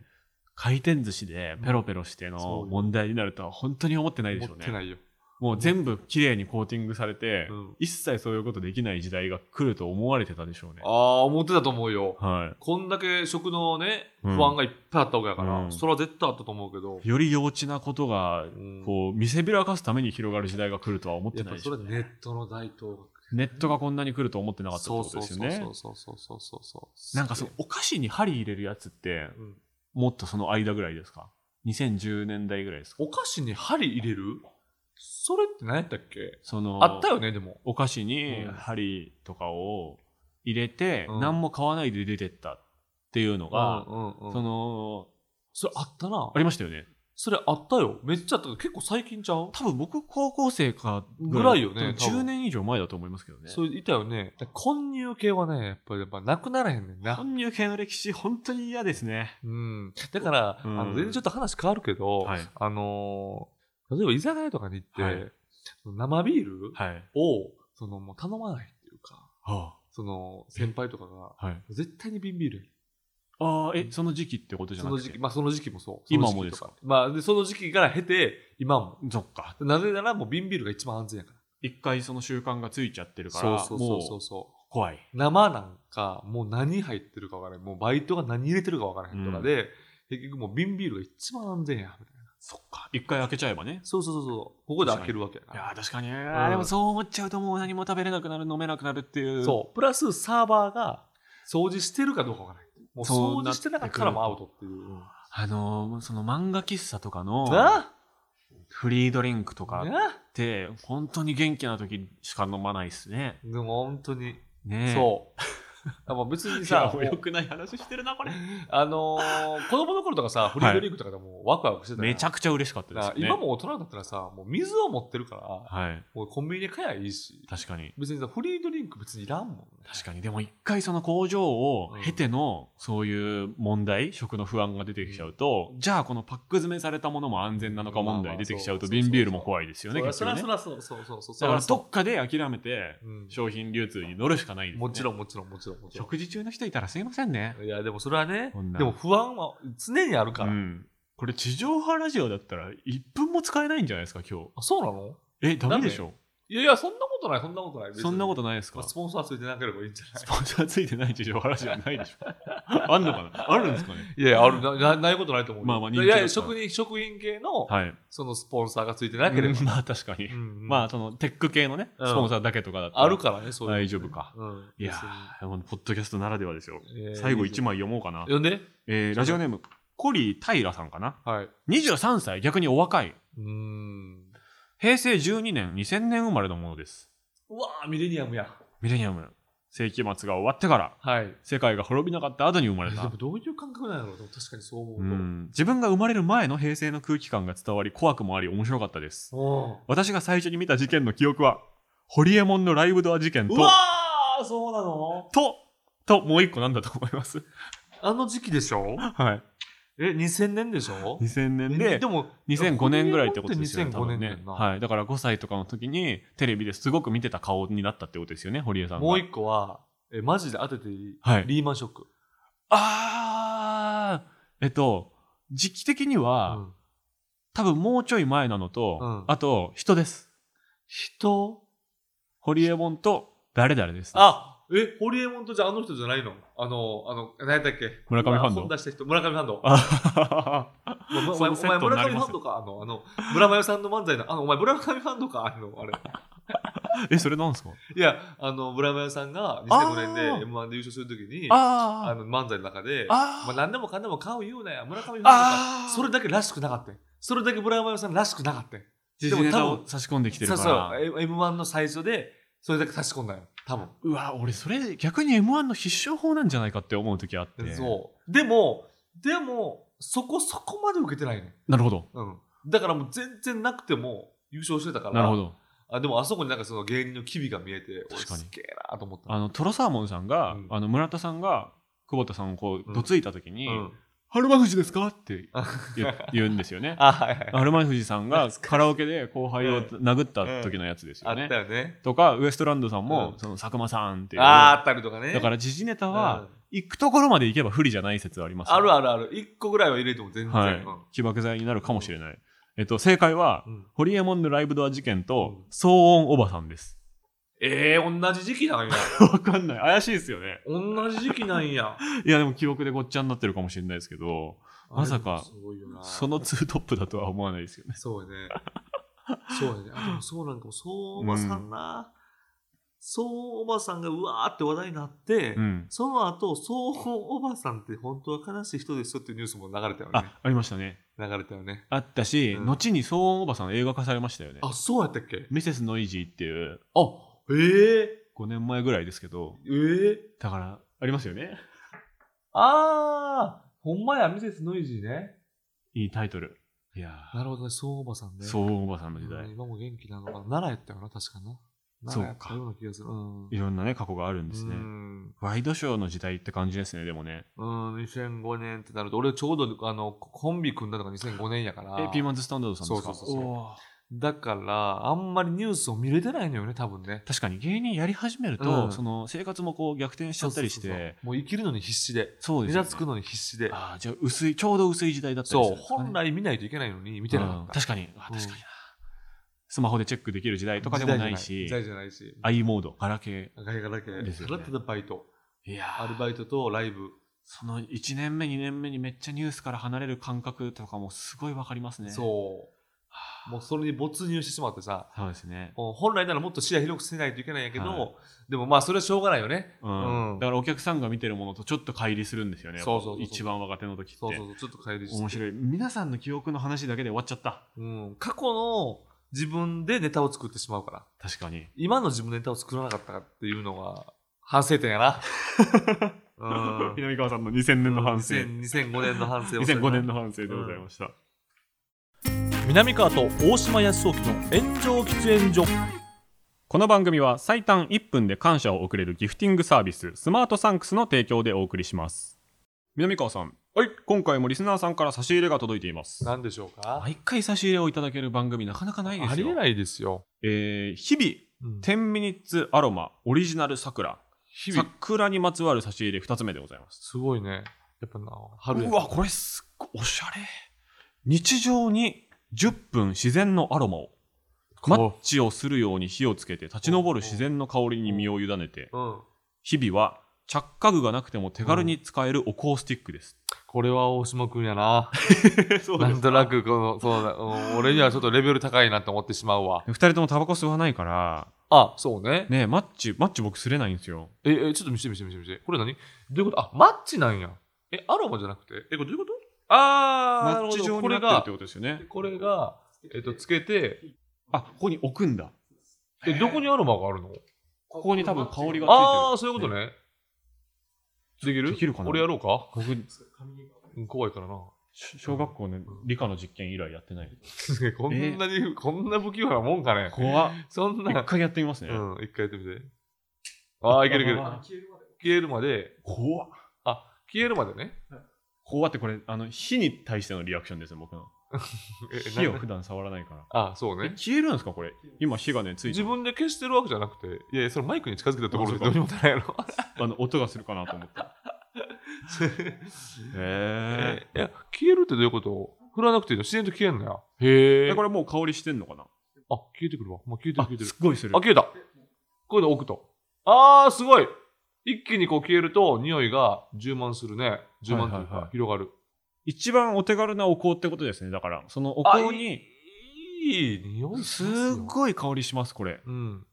[SPEAKER 2] 回転寿司でペロペロして
[SPEAKER 3] そう
[SPEAKER 2] の
[SPEAKER 3] よ
[SPEAKER 2] 問題になるとは本当に思ってないでし
[SPEAKER 3] 持
[SPEAKER 2] ょ
[SPEAKER 3] っ
[SPEAKER 2] う
[SPEAKER 3] て
[SPEAKER 2] ね。
[SPEAKER 3] ないよ、
[SPEAKER 2] もう全部綺麗にコーティングされて、
[SPEAKER 3] うん
[SPEAKER 2] 一切そういうことできない時代が来ると思われてたでしょうね
[SPEAKER 3] あ。あ思ってたと思うよ
[SPEAKER 2] は
[SPEAKER 3] こんだけ食のね不
[SPEAKER 2] うん
[SPEAKER 3] 安がいっぱいあったわけやから、
[SPEAKER 2] うん
[SPEAKER 3] それは絶対あったと思うけど
[SPEAKER 2] い、、より幼稚なことが
[SPEAKER 3] うん
[SPEAKER 2] こう見せびらかすために広がる時代が来るとは思って
[SPEAKER 3] やっ
[SPEAKER 2] ない
[SPEAKER 3] ぱ
[SPEAKER 2] で
[SPEAKER 3] そ
[SPEAKER 2] し
[SPEAKER 3] れ
[SPEAKER 2] ょ
[SPEAKER 3] は
[SPEAKER 2] う
[SPEAKER 3] ネ
[SPEAKER 2] ね。
[SPEAKER 3] ットの大統領
[SPEAKER 2] ネットがこんなに来ると思ってなかったって
[SPEAKER 3] そ
[SPEAKER 2] こと
[SPEAKER 3] うそう
[SPEAKER 2] です
[SPEAKER 3] そう
[SPEAKER 2] よね
[SPEAKER 3] そ。うそうそうそうそうそう
[SPEAKER 2] なんかそう、お菓子に針入れるやつって
[SPEAKER 3] うん
[SPEAKER 2] もっとその間ぐらいですか ?2010 年代ぐらいですか
[SPEAKER 3] お菓子に針入れるそれって何やったっけ
[SPEAKER 2] その
[SPEAKER 3] あったよねでも
[SPEAKER 2] お菓子に
[SPEAKER 3] うん
[SPEAKER 2] 針とかを入れて、
[SPEAKER 3] うん
[SPEAKER 2] 何も買わないで出てったっていうのが
[SPEAKER 3] う、んうんうん
[SPEAKER 2] その
[SPEAKER 3] それあったな
[SPEAKER 2] ありましたよね
[SPEAKER 3] それあったよめっちゃあった結構最近ちゃう
[SPEAKER 2] 多分僕高校生か
[SPEAKER 3] ぐらいよね
[SPEAKER 2] 多分10
[SPEAKER 3] 多分
[SPEAKER 2] 年以上前だと思いますけどね
[SPEAKER 3] そういたよね。だから混入系はね、やっぱりやっぱなくならへんねんな。
[SPEAKER 2] 搬入系の歴史本当に嫌ですね
[SPEAKER 3] うん。だから、
[SPEAKER 2] うん
[SPEAKER 3] あの全然ちょっと話変わるけど、
[SPEAKER 2] はい
[SPEAKER 3] あのー例えば居酒屋とかに行って、
[SPEAKER 2] はい
[SPEAKER 3] 生ビール
[SPEAKER 2] はい
[SPEAKER 3] を、そのもう頼まないっていうか、
[SPEAKER 2] は
[SPEAKER 3] その先輩とかが、
[SPEAKER 2] あ、はい、
[SPEAKER 3] 絶対に瓶ビールやる
[SPEAKER 2] あーえその時期ってことじゃ
[SPEAKER 3] そ
[SPEAKER 2] な
[SPEAKER 3] の
[SPEAKER 2] くて
[SPEAKER 3] 時期、まあその時期もそう。
[SPEAKER 2] 今もです
[SPEAKER 3] かまあで、その時期から経て、今も。
[SPEAKER 2] そっか
[SPEAKER 3] なぜならもう瓶ビールが一番安全やから。
[SPEAKER 2] 一回その習慣がついちゃってるから
[SPEAKER 3] そうそうそうそうそう。
[SPEAKER 2] 怖い。
[SPEAKER 3] 生なんか、もう何入ってるか分からない。もうバイトが何入れてるか分からへんとかで、結局もう瓶ビールが一番安全や、みたいな。
[SPEAKER 2] そっか。一回開けちゃえばね。
[SPEAKER 3] そうそうそうそう。ここで開けるわけや
[SPEAKER 2] い
[SPEAKER 3] な。
[SPEAKER 2] やー確かに、
[SPEAKER 3] うん
[SPEAKER 2] でもそう思っちゃうともう何も食べれなくなる飲めなくなるっていう
[SPEAKER 3] そう。プラスサーバーが掃除してるかどうかわからない。もう
[SPEAKER 2] そう
[SPEAKER 3] 掃除してなかったらもうアウトっていう。
[SPEAKER 2] あのーその漫画喫茶とかの
[SPEAKER 3] な
[SPEAKER 2] フリードリンクとか
[SPEAKER 3] あ
[SPEAKER 2] っ
[SPEAKER 3] なあ
[SPEAKER 2] て本当に元気な時しか飲まないですね
[SPEAKER 3] でも本当に。
[SPEAKER 2] ねえ
[SPEAKER 3] そう。でも別に
[SPEAKER 2] いや
[SPEAKER 3] さ
[SPEAKER 2] も、う良くない話してるなこれ
[SPEAKER 3] あのー子供の頃とかさ、フリードリンクとかでもうワクワクしてたやん
[SPEAKER 2] めちゃくちゃ嬉しかったで
[SPEAKER 3] だ
[SPEAKER 2] す
[SPEAKER 3] か
[SPEAKER 2] よ
[SPEAKER 3] ら
[SPEAKER 2] ね
[SPEAKER 3] 今も大人だったらさ、もう水を持ってるから、
[SPEAKER 2] はい
[SPEAKER 3] もうコンビニで買えばいいし、
[SPEAKER 2] 確かに
[SPEAKER 3] 別にさ、フリードリンク別にいらんもんね。
[SPEAKER 2] 確かにでも一回その工場を経てのそういう問題、食の不安が出てきちゃうと、じゃあこのパック詰めされたものも安全なのか問
[SPEAKER 3] まあま
[SPEAKER 2] 題
[SPEAKER 3] あ
[SPEAKER 2] 出てきちゃうと
[SPEAKER 3] そうそうそう
[SPEAKER 2] 瓶ビールも怖いですよね結
[SPEAKER 3] そ
[SPEAKER 2] 局
[SPEAKER 3] ら
[SPEAKER 2] ね
[SPEAKER 3] そらそうそうそうそう。
[SPEAKER 2] だからど
[SPEAKER 3] そ
[SPEAKER 2] っかで諦めて
[SPEAKER 3] ううん
[SPEAKER 2] 商品流通に乗るしかないです、ね、
[SPEAKER 3] もちろんもちろんもちろんもちろ
[SPEAKER 2] 食事中の人いたらすいませんね、
[SPEAKER 3] ん。いや、でもそれはね、
[SPEAKER 2] こんな
[SPEAKER 3] でも不安は常にある
[SPEAKER 2] う
[SPEAKER 3] から。
[SPEAKER 2] ん、これ地上波ラジオだったら1分も使えないんじゃないですか今日
[SPEAKER 3] あ、そうなの
[SPEAKER 2] えダメでしょ
[SPEAKER 3] いやいや、そんなことない、そんなことない。別に
[SPEAKER 2] そんなことないです
[SPEAKER 3] ま
[SPEAKER 2] か
[SPEAKER 3] あ
[SPEAKER 2] ス
[SPEAKER 3] スポンサーついてなければいいんじゃない
[SPEAKER 2] ポンサーついてない地上波ラジオないでしょ あんのかなあるんですかね
[SPEAKER 3] いやいや、あるななないことないと思うよ。
[SPEAKER 2] まあまあ
[SPEAKER 3] い
[SPEAKER 2] 人気
[SPEAKER 3] や
[SPEAKER 2] だか
[SPEAKER 3] い
[SPEAKER 2] ら
[SPEAKER 3] や、食品、食品系の、
[SPEAKER 2] はい
[SPEAKER 3] そのスポンサーがついてなければ。
[SPEAKER 2] うんまあ確かに、
[SPEAKER 3] うん
[SPEAKER 2] まあそのテック系のね
[SPEAKER 3] うん
[SPEAKER 2] スポンサーだけとかだった
[SPEAKER 3] あるからね、そういう。
[SPEAKER 2] 大丈夫か、
[SPEAKER 3] うん。
[SPEAKER 2] いやーもうポッドキャストならではですよ
[SPEAKER 3] 別に、えー
[SPEAKER 2] 最後1。枚読もうかな、
[SPEAKER 3] 読んで
[SPEAKER 2] えーラジオネームコリー・タイラさんかな
[SPEAKER 3] はい。
[SPEAKER 2] 23歳逆にお若いう
[SPEAKER 3] ーん。
[SPEAKER 2] 平成12年2000年生まれのものです
[SPEAKER 3] うわーミレニアムや。
[SPEAKER 2] ミレニアム世紀末が終わってから
[SPEAKER 3] はい。
[SPEAKER 2] 世界が滅びなかった後に生まれ
[SPEAKER 3] で
[SPEAKER 2] た
[SPEAKER 3] もどういう感覚なんやろうでも確かにそう
[SPEAKER 2] う
[SPEAKER 3] 思うと。
[SPEAKER 2] ん自分が生まれる前の平成の空気感が伝わり怖くもあり面白かったです
[SPEAKER 3] お
[SPEAKER 2] 私が最初に見た事件の記憶はホリエモンのライブドア事件
[SPEAKER 3] う
[SPEAKER 2] と
[SPEAKER 3] うわーそうなの
[SPEAKER 2] とともう一個なんだと思います
[SPEAKER 3] あの時期でしょ
[SPEAKER 2] はい
[SPEAKER 3] え、2000年でしょ
[SPEAKER 2] 2000年
[SPEAKER 3] え
[SPEAKER 2] で
[SPEAKER 3] でも、
[SPEAKER 2] 2005年ぐらいってことですよね。
[SPEAKER 3] ホ
[SPEAKER 2] 多
[SPEAKER 3] リエモン
[SPEAKER 2] 分
[SPEAKER 3] って2005年
[SPEAKER 2] ね
[SPEAKER 3] だよな。
[SPEAKER 2] はい。だから5歳とかの時にテレビですごく見てた顔になったってことですよね、堀江さんが。
[SPEAKER 3] もう一個は、え、マジで当てていい
[SPEAKER 2] はい
[SPEAKER 3] リーマンショック。
[SPEAKER 2] あーえっと、時期的には、
[SPEAKER 3] うん
[SPEAKER 2] 多分もうちょい前なのと、
[SPEAKER 3] うん
[SPEAKER 2] あと、人です。
[SPEAKER 3] 人
[SPEAKER 2] ホリエモンと誰々です。
[SPEAKER 3] あえ、ホリエモンとじゃああの人じゃないのあの、あの、何やったっけ
[SPEAKER 2] 村上ファンド
[SPEAKER 3] 今本出した人、村上ファンド。
[SPEAKER 2] あ
[SPEAKER 3] お前、お
[SPEAKER 2] そ
[SPEAKER 3] 前
[SPEAKER 2] の
[SPEAKER 3] お
[SPEAKER 2] セッ
[SPEAKER 3] 前
[SPEAKER 2] トにな
[SPEAKER 3] 村
[SPEAKER 2] り
[SPEAKER 3] 上フ
[SPEAKER 2] ます
[SPEAKER 3] ァンドかあの、あの、村上さんの漫才の、あの、お前、村上ファンドかあの、あれ。
[SPEAKER 2] え、それなんですか
[SPEAKER 3] いや、あの、村上さんが
[SPEAKER 2] あー
[SPEAKER 3] 2005年で M1 で優勝するときに、あ
[SPEAKER 2] あー
[SPEAKER 3] の、漫才の中で、
[SPEAKER 2] あ
[SPEAKER 3] まあ、
[SPEAKER 2] ー
[SPEAKER 3] 何でもかんでも顔言うなや、村上ファンドか。
[SPEAKER 2] あ
[SPEAKER 3] それだけらしくなかったよそれだけ村上さんらしくなかったよ
[SPEAKER 2] でも
[SPEAKER 3] でも多
[SPEAKER 2] 多
[SPEAKER 3] 分
[SPEAKER 2] 分差し込んできてる
[SPEAKER 3] そう
[SPEAKER 2] から。
[SPEAKER 3] そう、M- M1 の最初で、それだけ差し込んだよ。多分。
[SPEAKER 2] うわ、俺それ逆に M1 の必勝法なんじゃないかって思う時あって。
[SPEAKER 3] そう。でも、でも、そこそこまで受けてないね。
[SPEAKER 2] なるほど。
[SPEAKER 3] うん。だからもう全然なくても優勝してたから。
[SPEAKER 2] なるほど。
[SPEAKER 3] あでもあそこになんかその芸人の機微が見えて、
[SPEAKER 2] 確かに
[SPEAKER 3] おいすげえなと思った。
[SPEAKER 2] あのトロサーモンさんが、
[SPEAKER 3] うん
[SPEAKER 2] あの村田さんが久保田さんをこ
[SPEAKER 3] う
[SPEAKER 2] うんどついた時に
[SPEAKER 3] うん。
[SPEAKER 2] 「春馬富士ですか?」 って
[SPEAKER 3] あ
[SPEAKER 2] 言う言うんですよね。
[SPEAKER 3] あ、はいはい。
[SPEAKER 2] 春馬富士さんがカラオケで後輩を
[SPEAKER 3] うん
[SPEAKER 2] 殴った時のやつです
[SPEAKER 3] あ
[SPEAKER 2] よ
[SPEAKER 3] っ
[SPEAKER 2] ね
[SPEAKER 3] た。よね。
[SPEAKER 2] とかウエストランドさんも、
[SPEAKER 3] うん
[SPEAKER 2] その佐久間さんっていう
[SPEAKER 3] あー
[SPEAKER 2] だ
[SPEAKER 3] あったりとかね。、
[SPEAKER 2] からら時事ネタ
[SPEAKER 3] う
[SPEAKER 2] は
[SPEAKER 3] ん
[SPEAKER 2] 行くところまで行けば不利じゃない説ありますよ
[SPEAKER 3] あるあるある。一個ぐらいは入れても全然。
[SPEAKER 2] は
[SPEAKER 3] うん
[SPEAKER 2] い、起爆剤になるかもしれない。えっと、正解は
[SPEAKER 3] うん
[SPEAKER 2] ホリエモンのライブドア事件と
[SPEAKER 3] うん
[SPEAKER 2] 騒音おばさん です。
[SPEAKER 3] ええー、同じ時期なんや。
[SPEAKER 2] わかんない怪しいですよね。
[SPEAKER 3] 同じ時期なんや。
[SPEAKER 2] いやでも記憶でごっちゃになってるかもしれないですけど。 まさか
[SPEAKER 3] あれもすごいよな
[SPEAKER 2] そのツートップだとは思わないですよね。
[SPEAKER 3] そうやね。そうやね。あ、でもそうなんかも、そうおばさんな。そうおばさんがうわーって話題になって、
[SPEAKER 2] うん。
[SPEAKER 3] その後、そうおばさんって本当は悲しい人ですよっていうニュースも流れたよね。
[SPEAKER 2] あ、ありましたね。
[SPEAKER 3] 流れたよね。
[SPEAKER 2] あったし、
[SPEAKER 3] うん
[SPEAKER 2] 後に騒音おばさん映画化されましたよね。
[SPEAKER 3] あ、そうやったっけ
[SPEAKER 2] ミセスノイジーっていう
[SPEAKER 3] あ、ええ
[SPEAKER 2] 5年前ぐらいですけど、
[SPEAKER 3] ええ
[SPEAKER 2] だからありますよね。
[SPEAKER 3] あー、ほんまや、ミセスノイジーね。
[SPEAKER 2] いいタイトル。いや
[SPEAKER 3] なるほどね、そうおばさん
[SPEAKER 2] ー、
[SPEAKER 3] ね。
[SPEAKER 2] 騒音おばさんの時
[SPEAKER 3] うん
[SPEAKER 2] 代。
[SPEAKER 3] 今も元気なのかな。奈良やったよな、確かな。
[SPEAKER 2] そう
[SPEAKER 3] 奈良やったような気がする。うん。
[SPEAKER 2] いろんなね、過去があるんですね
[SPEAKER 3] う。ん
[SPEAKER 2] ワイドショーの時代って感じですね、でもね。
[SPEAKER 3] うん、2005年ってなると、俺ちょうどあのコンビ組んだのが2005年やから、
[SPEAKER 2] え、ピーマンズスタンダードさんですか
[SPEAKER 3] そうそうそうそう
[SPEAKER 2] おー
[SPEAKER 3] だから、あんまりニュースを見れてないのよね、多分ね。
[SPEAKER 2] 確かに芸人やり始めると、
[SPEAKER 3] うん
[SPEAKER 2] その生活もこう逆転しちゃったりして、
[SPEAKER 3] そうそうそうもう生きるのに必死で、
[SPEAKER 2] そう
[SPEAKER 3] 目
[SPEAKER 2] ですよ
[SPEAKER 3] 立
[SPEAKER 2] ね
[SPEAKER 3] つくのに必死で、
[SPEAKER 2] ああ、じゃあ薄い、ちょうど薄い時代だったりす
[SPEAKER 3] そ
[SPEAKER 2] るん
[SPEAKER 3] う、
[SPEAKER 2] ですかね
[SPEAKER 3] 本来見ないといけないのに見てなか
[SPEAKER 2] うん
[SPEAKER 3] った。
[SPEAKER 2] 確かに。あ
[SPEAKER 3] うん
[SPEAKER 2] 確かにな。スマホでチェックできる時代とかでもないし
[SPEAKER 3] 時、代じゃない時代じゃないし
[SPEAKER 2] i モード、ガラケ
[SPEAKER 3] ガラガラケー
[SPEAKER 2] ですよ
[SPEAKER 3] た
[SPEAKER 2] ね
[SPEAKER 3] だただバイト
[SPEAKER 2] ー。いや
[SPEAKER 3] アル
[SPEAKER 2] ー、
[SPEAKER 3] バイトとライブ
[SPEAKER 2] その1年目、2年目にめっちゃニュースから離れる感覚とかもすごいわかりますね。
[SPEAKER 3] そうもうそれに没入してしまってさ
[SPEAKER 2] そうですね。
[SPEAKER 3] もう本来ならもっと視野広くせないといけないんやけど、
[SPEAKER 2] はい
[SPEAKER 3] でもまあそれはしょうがないよね
[SPEAKER 2] うん
[SPEAKER 3] うん
[SPEAKER 2] だからお客さんが見てるものとちょっと乖離するんですよね。
[SPEAKER 3] そうそうそう
[SPEAKER 2] 一番若手の時って。
[SPEAKER 3] そうそうそうちょっと帰りして
[SPEAKER 2] 面白い。皆さんの記憶の話だけで終わっちゃった。
[SPEAKER 3] うん、過去の自分でネタを作ってしまうから
[SPEAKER 2] 確かに。
[SPEAKER 3] 今の自分のネタを作らなかったっていうのが反省点 やな、うん、
[SPEAKER 2] 南川さんの2000年の反省。
[SPEAKER 3] 2000 2005年の反省を
[SPEAKER 2] 2005年の反省でございました。
[SPEAKER 3] 南川と大島康雄の炎上喫煙所
[SPEAKER 2] この番組は最短1分で感謝を送れるギフティングサービススマートサンクスの提供でお送りします南川さんはい今回もリスナーさんから差し入れが届いています
[SPEAKER 3] 何でしょうか
[SPEAKER 2] 毎回差し入れをいただける番組なかなかないですよ
[SPEAKER 3] ありえ
[SPEAKER 2] い、
[SPEAKER 3] ないですよ、
[SPEAKER 2] えー日々10ミニッツアロマオリジナル桜
[SPEAKER 3] 日々
[SPEAKER 2] 桜にまつわる差し入れ2つ目でございます
[SPEAKER 3] すごいねやっぱな春や
[SPEAKER 2] うわこれすっごいおしゃれ日常に10分自然のアロマをマッチをするように火をつけて立ち上る自然の香りに身を委ねて
[SPEAKER 3] うん、
[SPEAKER 2] 日々は着火具がなくても手軽に使えるオコースティックです。
[SPEAKER 3] これは大島君やな
[SPEAKER 2] そ
[SPEAKER 3] なんとなくこのそうだ、うん俺にはちょっとレベル高いなと思ってしまうわ
[SPEAKER 2] 二人ともタバコ吸わないから、
[SPEAKER 3] あそうね
[SPEAKER 2] ねえマッチ、マッチ僕すれないんですよ。
[SPEAKER 3] え、え、ちょっと見せて見せて見せて見せて。これ何どういうことあ、マッチなんや。え、アロマじゃなくて。え、これどういうことあー、
[SPEAKER 2] マッチ状になってるってことですよね。
[SPEAKER 3] これが、これが、えっと、つけて、
[SPEAKER 2] あ、ここに置くんだ。
[SPEAKER 3] え、どこにアロマがあるの
[SPEAKER 2] ここに多分香りがついてる。
[SPEAKER 3] あー、そういうことね。できる
[SPEAKER 2] できるかな
[SPEAKER 3] 俺やろうか
[SPEAKER 2] 僕、
[SPEAKER 3] うん怖いからな。
[SPEAKER 2] し小学校の理科の実験以来やってない。
[SPEAKER 3] こんなに、こんな不器用なもんかね。
[SPEAKER 2] 怖っ。
[SPEAKER 3] そん
[SPEAKER 2] 一
[SPEAKER 3] な、
[SPEAKER 2] 回やってみますね。
[SPEAKER 3] うん、一回やってみて。あー、いけるいける。
[SPEAKER 2] あ
[SPEAKER 3] 消えるまで、
[SPEAKER 2] 怖っ。
[SPEAKER 3] 消えるまでね。
[SPEAKER 2] 怖ってこれ、あの、火に対してのリアクションですね、僕の。
[SPEAKER 3] え
[SPEAKER 2] 火を
[SPEAKER 3] なん
[SPEAKER 2] 普段触らないから。
[SPEAKER 3] あ、そう
[SPEAKER 2] え
[SPEAKER 3] ね。
[SPEAKER 2] 消えるんですか、これ。今火がね、ついて
[SPEAKER 3] 自
[SPEAKER 2] る
[SPEAKER 3] 分で消してるわけじゃなくて、いやいや、それマイクに近づけたところでどうにもならんやろ。
[SPEAKER 2] あの、音がするかなと思 った。へ
[SPEAKER 3] えいや、消えるってどういうこと振らなくていいの自然と消えんのや。へ
[SPEAKER 2] え。
[SPEAKER 3] え。
[SPEAKER 2] こ
[SPEAKER 3] これ
[SPEAKER 2] れもう香りしてんのかな
[SPEAKER 3] あ、消えてくるわ。もう消えてる
[SPEAKER 2] あ
[SPEAKER 3] 消えてる。
[SPEAKER 2] すごいする
[SPEAKER 3] あ、。消えた。こういうの置くと。あー、すごい一気にこう消えると、匂いが充満するね。充満とい
[SPEAKER 2] は
[SPEAKER 3] う
[SPEAKER 2] いはいは
[SPEAKER 3] か
[SPEAKER 2] い、
[SPEAKER 3] 広がる。
[SPEAKER 2] 一番お手軽なお香ってことですね。だから、そのお香
[SPEAKER 3] あ
[SPEAKER 2] に、
[SPEAKER 3] いい匂いします
[SPEAKER 2] す
[SPEAKER 3] よ。
[SPEAKER 2] ごい香りします、これ。
[SPEAKER 3] うん。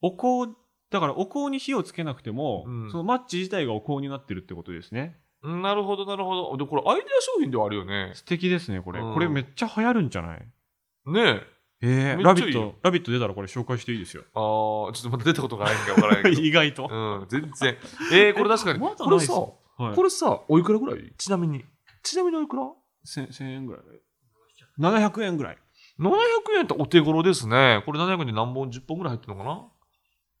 [SPEAKER 2] お香、だからお香に火をつけなくても、
[SPEAKER 3] うん
[SPEAKER 2] そのマッチ自体がお香になってるってことですね。
[SPEAKER 3] うんなるほど、なるほど。で、これアイデア商品ではあるよね。
[SPEAKER 2] 素敵ですね、これ。
[SPEAKER 3] うん
[SPEAKER 2] これめっちゃ流行るんじゃない
[SPEAKER 3] ねえ。
[SPEAKER 2] えー、
[SPEAKER 3] めっ
[SPEAKER 2] ラ
[SPEAKER 3] ち
[SPEAKER 2] ビ
[SPEAKER 3] ゃい
[SPEAKER 2] ッ
[SPEAKER 3] いよ
[SPEAKER 2] ト、ラビット出たらこれ紹介していいですよ。
[SPEAKER 3] あー、ちょっとまだ出たことがないんか分からないけど。
[SPEAKER 2] 意外と。
[SPEAKER 3] うん、全然。えー、これ確かに。
[SPEAKER 2] まだ
[SPEAKER 3] こ
[SPEAKER 2] ない
[SPEAKER 3] れ
[SPEAKER 2] っす
[SPEAKER 3] さ、こ
[SPEAKER 2] はい。
[SPEAKER 3] れさ、おいくらぐらいちなみに。ちなみにおいくら
[SPEAKER 2] 1000 1000円ぐらい。700円ぐらい。
[SPEAKER 3] 700円ってお手頃ですね。これ700円で何本、10本ぐらい入ってるのか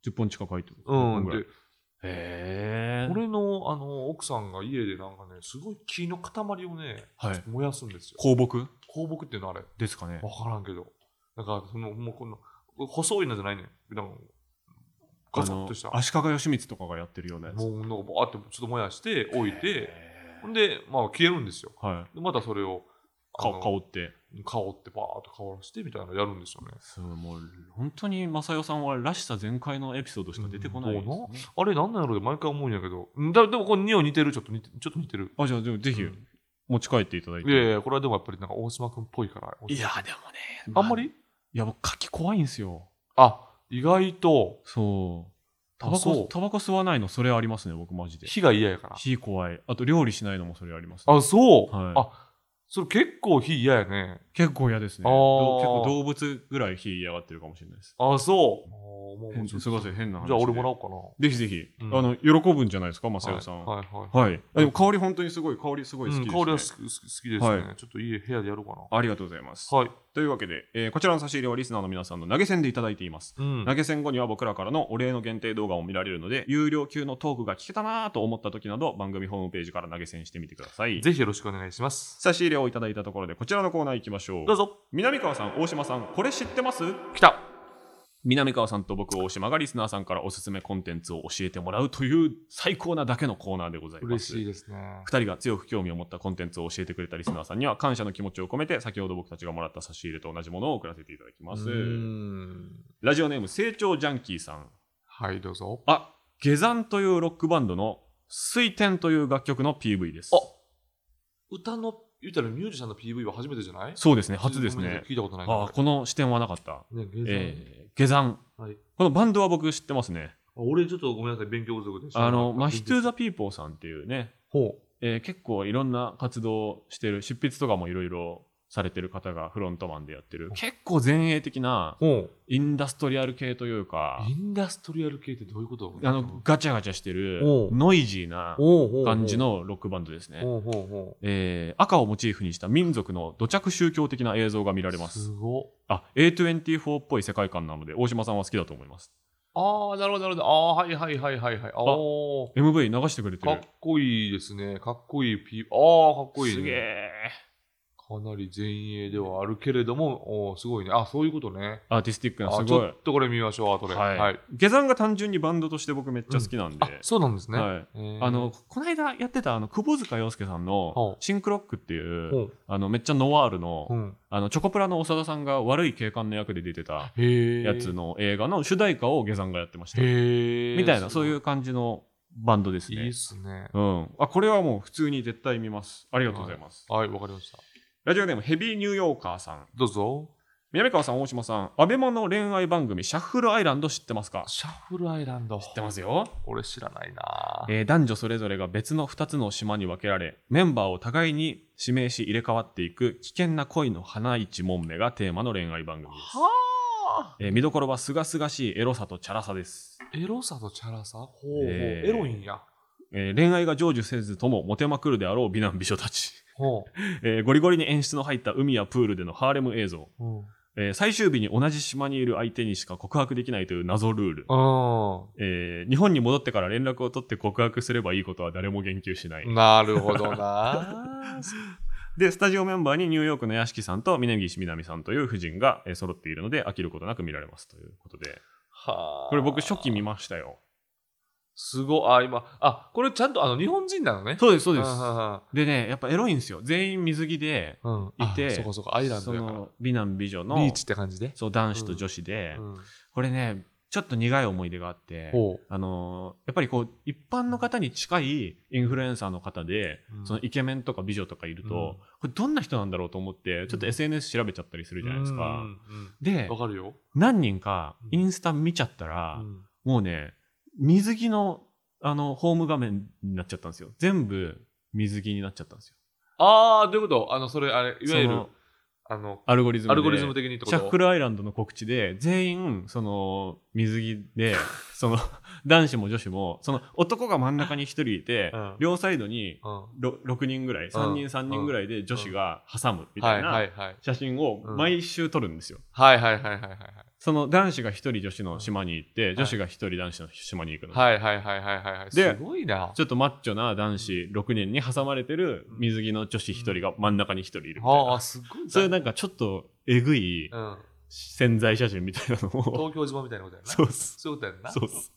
[SPEAKER 2] 10本近く入ってる。
[SPEAKER 3] なうん。
[SPEAKER 2] ぐらい
[SPEAKER 3] で、
[SPEAKER 2] へえ。
[SPEAKER 3] 俺のあの奥さんが家でなんかね、すごい木の塊をね、
[SPEAKER 2] はい。
[SPEAKER 3] 燃やすんですよ。
[SPEAKER 2] 香木
[SPEAKER 3] 香木っていうのあれ。
[SPEAKER 2] ですかね。
[SPEAKER 3] わからんけど。なんか、その、もうこんな、細いのじゃないねん。なんか、ガサッとした。
[SPEAKER 2] あの足利義満とかがやってるようなやつ。
[SPEAKER 3] もうなんかバーってちょっと燃やして、置いて、
[SPEAKER 2] へ
[SPEAKER 3] ほんで、まあ消えるんですよ。
[SPEAKER 2] ーはい。
[SPEAKER 3] でまたそれを、あ
[SPEAKER 2] 顔
[SPEAKER 3] の
[SPEAKER 2] 顔って。
[SPEAKER 3] 顔ってバーっと顔らしてみたいなのやるんですよね。
[SPEAKER 2] そう、もう、本当に正代さんはらしさ全開のエピソードしか出てこないです、
[SPEAKER 3] うん
[SPEAKER 2] ね
[SPEAKER 3] どうあれなんなんやろうで毎回思うんやけど。んだでもこれ匂い似てるちょっと似てちょっと似てる。
[SPEAKER 2] あ、じゃあ、でもぜひ
[SPEAKER 3] うん
[SPEAKER 2] 持ち帰っていただいて。
[SPEAKER 3] いやいや、これはでもやっぱりなんか大島君っぽいから。
[SPEAKER 2] いや、でもね、
[SPEAKER 3] あんま
[SPEAKER 2] い
[SPEAKER 3] り
[SPEAKER 2] や、僕、柿怖いんですよ。
[SPEAKER 3] あ、意外と、
[SPEAKER 2] そう。タ
[SPEAKER 3] あ
[SPEAKER 2] バ
[SPEAKER 3] そ
[SPEAKER 2] コ
[SPEAKER 3] う、
[SPEAKER 2] タバコ吸わないの、それありますね、僕、マジで。
[SPEAKER 3] 火が嫌やから。
[SPEAKER 2] 火怖い。あと、料理しないのもそれあります、ね。
[SPEAKER 3] あ、そう。
[SPEAKER 2] はい
[SPEAKER 3] あ、それ結構火嫌やね。
[SPEAKER 2] 結構嫌ですね。
[SPEAKER 3] あー
[SPEAKER 2] どう結構動物ぐらい火嫌がってるかもしれないです。
[SPEAKER 3] あ、そう。あーもう
[SPEAKER 2] 変
[SPEAKER 3] ちょっと
[SPEAKER 2] すいません、変な話で。
[SPEAKER 3] じゃあ俺もらおうかな。
[SPEAKER 2] ぜひぜひ、
[SPEAKER 3] うん
[SPEAKER 2] あの喜ぶんじゃないですか、正代さん。
[SPEAKER 3] はいはいはい
[SPEAKER 2] はい。あでも香り本当にすごい、香りすごい好
[SPEAKER 3] う
[SPEAKER 2] き
[SPEAKER 3] ん
[SPEAKER 2] です、
[SPEAKER 3] 香
[SPEAKER 2] ね
[SPEAKER 3] りは好き好き好きですね、
[SPEAKER 2] は
[SPEAKER 3] ちょっといい部屋でやろうか
[SPEAKER 2] ありがとうございます。
[SPEAKER 3] な。はい。
[SPEAKER 2] というわけで、えーこちらの差し入れはリスナーの皆さんの投げ銭でいただいています。
[SPEAKER 3] うん
[SPEAKER 2] 投げ銭後には僕らからのお礼の限定動画を見られるので、有料級のトークが聞けたなぁと思った時など、番組ホームページから投げ銭してみてください。
[SPEAKER 3] ぜひよろしくお願いします。
[SPEAKER 2] 差し入れをいただいたところで、こちらのコーナー行きましょう。
[SPEAKER 3] どうぞ。
[SPEAKER 2] 南川さん、大島さん、これ知ってます
[SPEAKER 3] 来た。
[SPEAKER 2] 南川さんと僕大島がリスナーさんからおすすめコンテンツを教えてもらうという最高なだけのコーナーでございます
[SPEAKER 3] 嬉しいですね。
[SPEAKER 2] 2人が強く興味を持ったコンテンツを教えてくれたリスナーさんには感謝の気持ちを込めて先ほど僕たちがもらった差し入れと同じものを送らせていただきま
[SPEAKER 3] う
[SPEAKER 2] す
[SPEAKER 3] ん
[SPEAKER 2] ラジオネーム成長ジャンキーさん
[SPEAKER 3] はい、どうぞ。
[SPEAKER 2] あ下山というロックバンドの「水天」という楽曲の PV です
[SPEAKER 3] あ歌の、言うたらミュージシャンの PV は初めてじゃない
[SPEAKER 2] そうですね初です
[SPEAKER 3] ごめんな
[SPEAKER 2] ね
[SPEAKER 3] さい聞いたことないな。
[SPEAKER 2] あこの視点はなかった、
[SPEAKER 3] ね、現在
[SPEAKER 2] えー下山
[SPEAKER 3] はい
[SPEAKER 2] このバンドは僕知ってますね
[SPEAKER 3] あ俺ちょっとごめんなさい、勉強不足でした。
[SPEAKER 2] あのマヒトゥー・
[SPEAKER 3] ザ。
[SPEAKER 2] ザ・ピーポーさんっていうね、
[SPEAKER 3] ほ
[SPEAKER 2] えー結構いろんな活動をしてる執筆とかもいろいろされてる方がフロントマンでやってる結構前衛的な
[SPEAKER 3] う。ほ
[SPEAKER 2] インダストリアル系という
[SPEAKER 3] う。
[SPEAKER 2] か
[SPEAKER 3] インダストリアル系ってどういうこと
[SPEAKER 2] あのガチャガチャしてる
[SPEAKER 3] おう
[SPEAKER 2] ノイジーな
[SPEAKER 3] おうほう
[SPEAKER 2] 感じ。のロックバンドですね、
[SPEAKER 3] ほうほうほ
[SPEAKER 2] えー赤をモチーフにした民族の土着宗教的な映像が見られ
[SPEAKER 3] う。
[SPEAKER 2] ますす
[SPEAKER 3] ご
[SPEAKER 2] あ A24 っぽい世界観なので大島さんは好きだと思います
[SPEAKER 3] ああ、なるほど、なるほど。ああー、はいはいはいはいはい。あー
[SPEAKER 2] MV 流してくれて
[SPEAKER 3] か
[SPEAKER 2] る
[SPEAKER 3] っこいいですね。かっこいい P。ああ、かっこいい、ね。
[SPEAKER 2] すげえ
[SPEAKER 3] かなり前衛ではあるけれども、おーすごいね。あ、そういうことね。
[SPEAKER 2] アーティスティックな
[SPEAKER 3] あ
[SPEAKER 2] す
[SPEAKER 3] ち
[SPEAKER 2] ご
[SPEAKER 3] ょ
[SPEAKER 2] い
[SPEAKER 3] っとこれ見ましょう、後で。
[SPEAKER 2] はい
[SPEAKER 3] はい。
[SPEAKER 2] 下山が単純にバンドとして僕めっちゃ好きなんで、
[SPEAKER 3] あ、そうなんですね。
[SPEAKER 2] はい
[SPEAKER 3] えー
[SPEAKER 2] あの、この間やってたあの窪塚洋介さんの
[SPEAKER 3] ほ
[SPEAKER 2] 「シンクロック」っていう、
[SPEAKER 3] ほう
[SPEAKER 2] あのめっちゃノワールの,、
[SPEAKER 3] うん。
[SPEAKER 2] あのチョコプラの長田さんが悪い警官の役で出てた
[SPEAKER 3] へえ。
[SPEAKER 2] やつの映画の主題歌を下山がやってました、
[SPEAKER 3] へえ。。
[SPEAKER 2] みたいなそういうう感じのバンドです
[SPEAKER 3] い
[SPEAKER 2] ね
[SPEAKER 3] いっすね。
[SPEAKER 2] うん、あこれはもう普通に絶対見ますありがとうございます、
[SPEAKER 3] はい、わかりました。
[SPEAKER 2] ラジオネームヘビーニューヨーカーさん
[SPEAKER 3] どうぞ。
[SPEAKER 2] 南川さん大島さんアベマの恋愛番組「シャッフルアイランド」知ってますか
[SPEAKER 3] シャッフルアイランド。知
[SPEAKER 2] 知ってますよ
[SPEAKER 3] 俺知らないな
[SPEAKER 2] えー男女それぞれが別の2つの島に分けられメンバーを互いに指名し入れ替わっていく危険な恋の花一門目がテーマの恋愛番組です、
[SPEAKER 3] はあ。
[SPEAKER 2] えー見どころはすがすがしいエロさとチャラさです、
[SPEAKER 3] エロさとチャラさほうほう。
[SPEAKER 2] えー
[SPEAKER 3] エロいんや。
[SPEAKER 2] えー恋愛が成就せずともモテまくるであろう美男美女たち、
[SPEAKER 3] ほ
[SPEAKER 2] えーゴリゴリに演出の入った海やプールでのハーレム映像、
[SPEAKER 3] う。うん。
[SPEAKER 2] えー最終日に同じ島にいる相手にしか告白できないという謎ルール、
[SPEAKER 3] あ
[SPEAKER 2] えー日本に戻ってから連絡を取って告白すればいいことは誰も言及しない、
[SPEAKER 3] ーなるほ どな
[SPEAKER 2] で、スタジオメンバーにニューヨークの屋敷さんと峯岸みなみさんという夫人がえー揃っているので飽きることなく見られますということで、
[SPEAKER 3] はあ
[SPEAKER 2] これ僕初期見ましたよ。
[SPEAKER 3] すごいあ今あこれちゃんとあの日本人なのね
[SPEAKER 2] そうです、そううで
[SPEAKER 3] ん
[SPEAKER 2] す。
[SPEAKER 3] あ
[SPEAKER 2] でね、やっぱエロいんですよ。全員水着で、いて
[SPEAKER 3] そうかそうかアイラン
[SPEAKER 2] そ
[SPEAKER 3] ドやから
[SPEAKER 2] の美男美女の
[SPEAKER 3] ビーチって感じで、
[SPEAKER 2] そう男子と女子で、
[SPEAKER 3] うん
[SPEAKER 2] これね、ちょっと苦い思い出があって、
[SPEAKER 3] ほ
[SPEAKER 2] あのーやっぱりこう一般の方に近いインフルエンサーの方で、
[SPEAKER 3] うん
[SPEAKER 2] そのイケメンとか美女とかいると、
[SPEAKER 3] うん
[SPEAKER 2] これどんな人なんだろうと思ってちょっと SNS 調べちゃったりす
[SPEAKER 3] う
[SPEAKER 2] るじゃないですか。
[SPEAKER 3] んうん
[SPEAKER 2] で
[SPEAKER 3] うんわかるよ、
[SPEAKER 2] 何人か
[SPEAKER 3] うん
[SPEAKER 2] インスタ見ちゃったら、
[SPEAKER 3] うん
[SPEAKER 2] もうね水着のあのホーム画面になっちゃったんですよ全部水着になっちゃったんですよ
[SPEAKER 3] ああどういうことあのそれあれいわゆ
[SPEAKER 2] そ
[SPEAKER 3] る
[SPEAKER 2] の
[SPEAKER 3] あの
[SPEAKER 2] アルゴリズムで
[SPEAKER 3] アルゴリズム的にってこ
[SPEAKER 2] シ
[SPEAKER 3] と
[SPEAKER 2] ャッフルアイランドの告知で全員その水着で その男子も女子もその男が真ん中に1人いて、
[SPEAKER 3] うん
[SPEAKER 2] 両サイドに
[SPEAKER 3] うん
[SPEAKER 2] ろ6人ぐらい3人3人ぐらいで女子が挟むみ
[SPEAKER 3] は
[SPEAKER 2] たい
[SPEAKER 3] いはい
[SPEAKER 2] な
[SPEAKER 3] はい
[SPEAKER 2] 写真を毎週撮るんですよ
[SPEAKER 3] はいはいはいはいはい
[SPEAKER 2] その男子が一人女子の島に行って、女子が一人男子の島に行くの、
[SPEAKER 3] はいはいはいはいはいはい
[SPEAKER 2] です
[SPEAKER 3] ごいな
[SPEAKER 2] ちょっとマッチョな男子6人に挟まれてる水着の女子一人が真ん中に一人いるみたい
[SPEAKER 3] あ
[SPEAKER 2] な、
[SPEAKER 3] あすごいな
[SPEAKER 2] そういうなんかちょっとえぐい
[SPEAKER 3] うん、
[SPEAKER 2] 潜在写真みたいなのを
[SPEAKER 3] 東京島みたいなことやな
[SPEAKER 2] そうっす
[SPEAKER 3] そういうことやんな
[SPEAKER 2] そうっす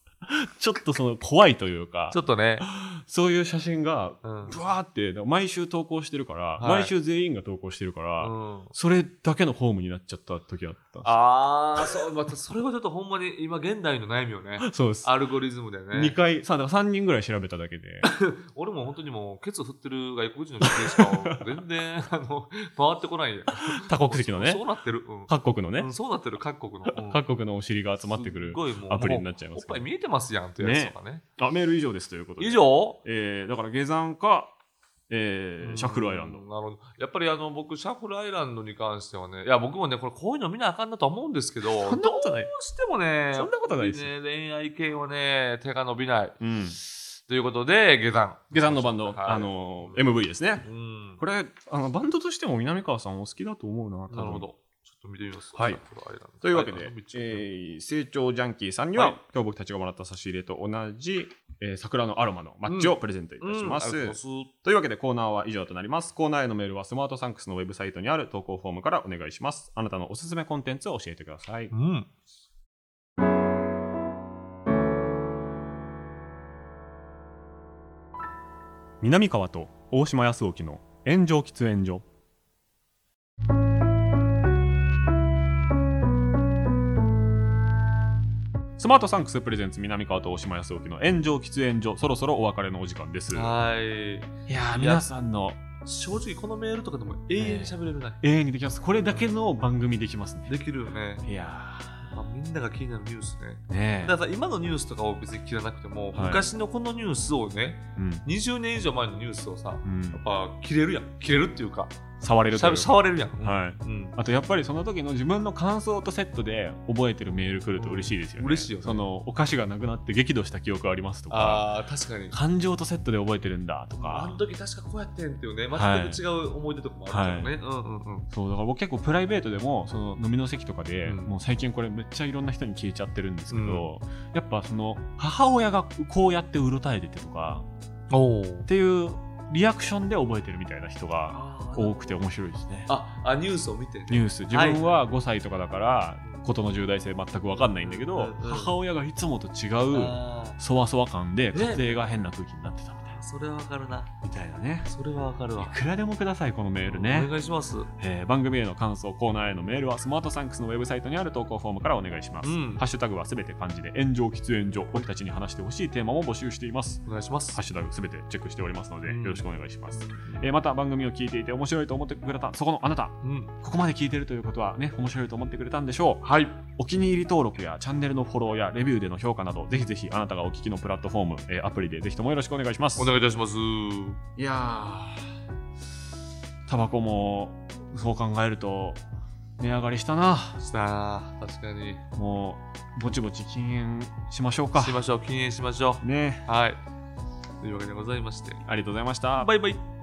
[SPEAKER 2] ちょっとその怖いというか
[SPEAKER 3] ちょっとね、
[SPEAKER 2] そういう写真が
[SPEAKER 3] うん
[SPEAKER 2] ブワーって毎週投稿してるから、
[SPEAKER 3] はい
[SPEAKER 2] 毎週全員が投稿してるから、
[SPEAKER 3] うん、
[SPEAKER 2] それだけのホームになっちゃった時あったんで
[SPEAKER 3] ああ、そう、またそれはちょっとほんまに今現代の悩みよね。
[SPEAKER 2] すそうです
[SPEAKER 3] アルゴリズムだよ
[SPEAKER 2] 2
[SPEAKER 3] ね。
[SPEAKER 2] 回さだから3人ぐらい調べただけ で
[SPEAKER 3] 俺も本当にもうケツ振ってる外国人の女性しか全然あの回ってこないよ。
[SPEAKER 2] 多国籍のね
[SPEAKER 3] そうそうなってる。うん
[SPEAKER 2] 各国のね、
[SPEAKER 3] うんそうなってる各国の。うん
[SPEAKER 2] 各国のお尻が集まってく
[SPEAKER 3] す
[SPEAKER 2] る
[SPEAKER 3] ごいもう
[SPEAKER 2] アプリになっちゃい
[SPEAKER 3] もう
[SPEAKER 2] ま
[SPEAKER 3] お
[SPEAKER 2] す
[SPEAKER 3] っ
[SPEAKER 2] け
[SPEAKER 3] ぱい
[SPEAKER 2] ど
[SPEAKER 3] 見えてますやんってやつとかね。
[SPEAKER 2] あメール以上ですということで
[SPEAKER 3] 以上
[SPEAKER 2] えーだから下山か、えーシャッフルアイランド
[SPEAKER 3] うんなるほどやっぱりあの僕、シャッフルアイランドに関してはね、いや僕もね、これこういうの見なあかんなとは思うんですけど、
[SPEAKER 2] そんなことない
[SPEAKER 3] どうしてもね、
[SPEAKER 2] そんなことないですよ
[SPEAKER 3] ね、恋愛系はね、手が伸びない。
[SPEAKER 2] うん
[SPEAKER 3] ということで、下山。
[SPEAKER 2] 下山のバンド、
[SPEAKER 3] はい
[SPEAKER 2] あのー MV ですね
[SPEAKER 3] うん。
[SPEAKER 2] これあのバンドとしても南川さんお好きだと思うな多分
[SPEAKER 3] なるほど。ちょっと見てみます。
[SPEAKER 2] はいというわけで、えー成長ジャンキーさんには、
[SPEAKER 3] はい
[SPEAKER 2] 今日僕たちがもらった差し入れと同じ、えー桜のアロマのマッチをプレゼントいたします、というわけでコーナーは以上となります。コーナーへのメールはスマートサンクスのウェブサイトにある投稿フォームからお願いします。あなたのおすすめコンテンツを教えてください。
[SPEAKER 3] うん。
[SPEAKER 2] 南川と大島康興の炎上喫煙所スマートサンクスプレゼンツ南川と大島康興の炎上喫煙所そろそろお別れのお時間ですいや
[SPEAKER 3] はい。
[SPEAKER 2] ー
[SPEAKER 3] 皆
[SPEAKER 2] さんの
[SPEAKER 3] 正直このメールとかでも永遠に喋れるな、
[SPEAKER 2] 永遠にできますこれだけの番組できますね
[SPEAKER 3] できるよね、
[SPEAKER 2] いや
[SPEAKER 3] まあ、みんなが気になるニュース
[SPEAKER 2] ー
[SPEAKER 3] ね
[SPEAKER 2] ね
[SPEAKER 3] だから今のニュースとかを別に切らなくても、
[SPEAKER 2] はい
[SPEAKER 3] 昔のこのニュースをね
[SPEAKER 2] うん
[SPEAKER 3] 20年以上前のニュースをさや
[SPEAKER 2] うん
[SPEAKER 3] っぱ切れるやん切れるっていうか
[SPEAKER 2] 触れる
[SPEAKER 3] し
[SPEAKER 2] という
[SPEAKER 3] ゃ
[SPEAKER 2] か
[SPEAKER 3] 触れるやん、
[SPEAKER 2] はい
[SPEAKER 3] うん、
[SPEAKER 2] あとやっぱりその時の自分の感想とセットで覚えてるメール来ると嬉しいですよね。
[SPEAKER 3] 嬉しいよね
[SPEAKER 2] そのお菓子がなくなって激怒した記憶ありますとか、
[SPEAKER 3] あー確かに
[SPEAKER 2] 感情とセットで覚えてるんだと
[SPEAKER 3] あ
[SPEAKER 2] か
[SPEAKER 3] の、時確かこうやってんっていうね
[SPEAKER 2] はい
[SPEAKER 3] 全く違う思い出とかもあるからね、うんうんうん
[SPEAKER 2] そうだから僕結構プライベートでもその飲みの席とかで、
[SPEAKER 3] うん
[SPEAKER 2] もう最近これめっちゃいろんな人に聞いちゃってるんですけど、やっぱその母親がこうやってうろたえててとか
[SPEAKER 3] お
[SPEAKER 2] っていうリアクションで覚えてるみたいな人が多
[SPEAKER 3] お
[SPEAKER 2] くて面白いですね。
[SPEAKER 3] ああニュースを見てね
[SPEAKER 2] ニュース自分は5歳とかだから、
[SPEAKER 3] い
[SPEAKER 2] ことの重大性全く分かんないんだけど、
[SPEAKER 3] うんうん
[SPEAKER 2] 母親がいつもと違う
[SPEAKER 3] あー
[SPEAKER 2] そわそわ感で
[SPEAKER 3] ね
[SPEAKER 2] 家庭が変な空気になってたみたいな、
[SPEAKER 3] それはわかるな
[SPEAKER 2] みたいなね
[SPEAKER 3] それはわかる
[SPEAKER 2] い
[SPEAKER 3] わ
[SPEAKER 2] くらでもくださいこのメールね
[SPEAKER 3] お、願いします
[SPEAKER 2] えー番組への感想コーナーへのメールはスマートサンクスのウェブサイトにある投稿フォームからお願いします、
[SPEAKER 3] うん
[SPEAKER 2] ハッシュタグはすべて漢字で炎上喫煙所僕たちに話してほしいテーマも募集しています
[SPEAKER 3] お願いします
[SPEAKER 2] ハッシュタグすべてチェックしておりますので
[SPEAKER 3] うん
[SPEAKER 2] よろしくお願いします、えーまた番組を聞いていて面白いと思ってくれたそこのあなた
[SPEAKER 3] うん
[SPEAKER 2] ここまで聞いてるということはね面白いと思ってくれたんでしょうはいお気に入り登録やチャンネルのフォローやレビューでの評価などぜひぜひあなたがお聞きのプラットフォーム、えーアプリでぜひともよろしくお願いします
[SPEAKER 3] お願いいたします
[SPEAKER 2] いやータバコもそう考えると値上がりしたな
[SPEAKER 3] さあ確かに
[SPEAKER 2] もうぼちぼち禁煙しましょうか
[SPEAKER 3] しましょう禁煙しましょ
[SPEAKER 2] ね
[SPEAKER 3] うはいというわけでございまして
[SPEAKER 2] ありがとうございました
[SPEAKER 3] バイバイ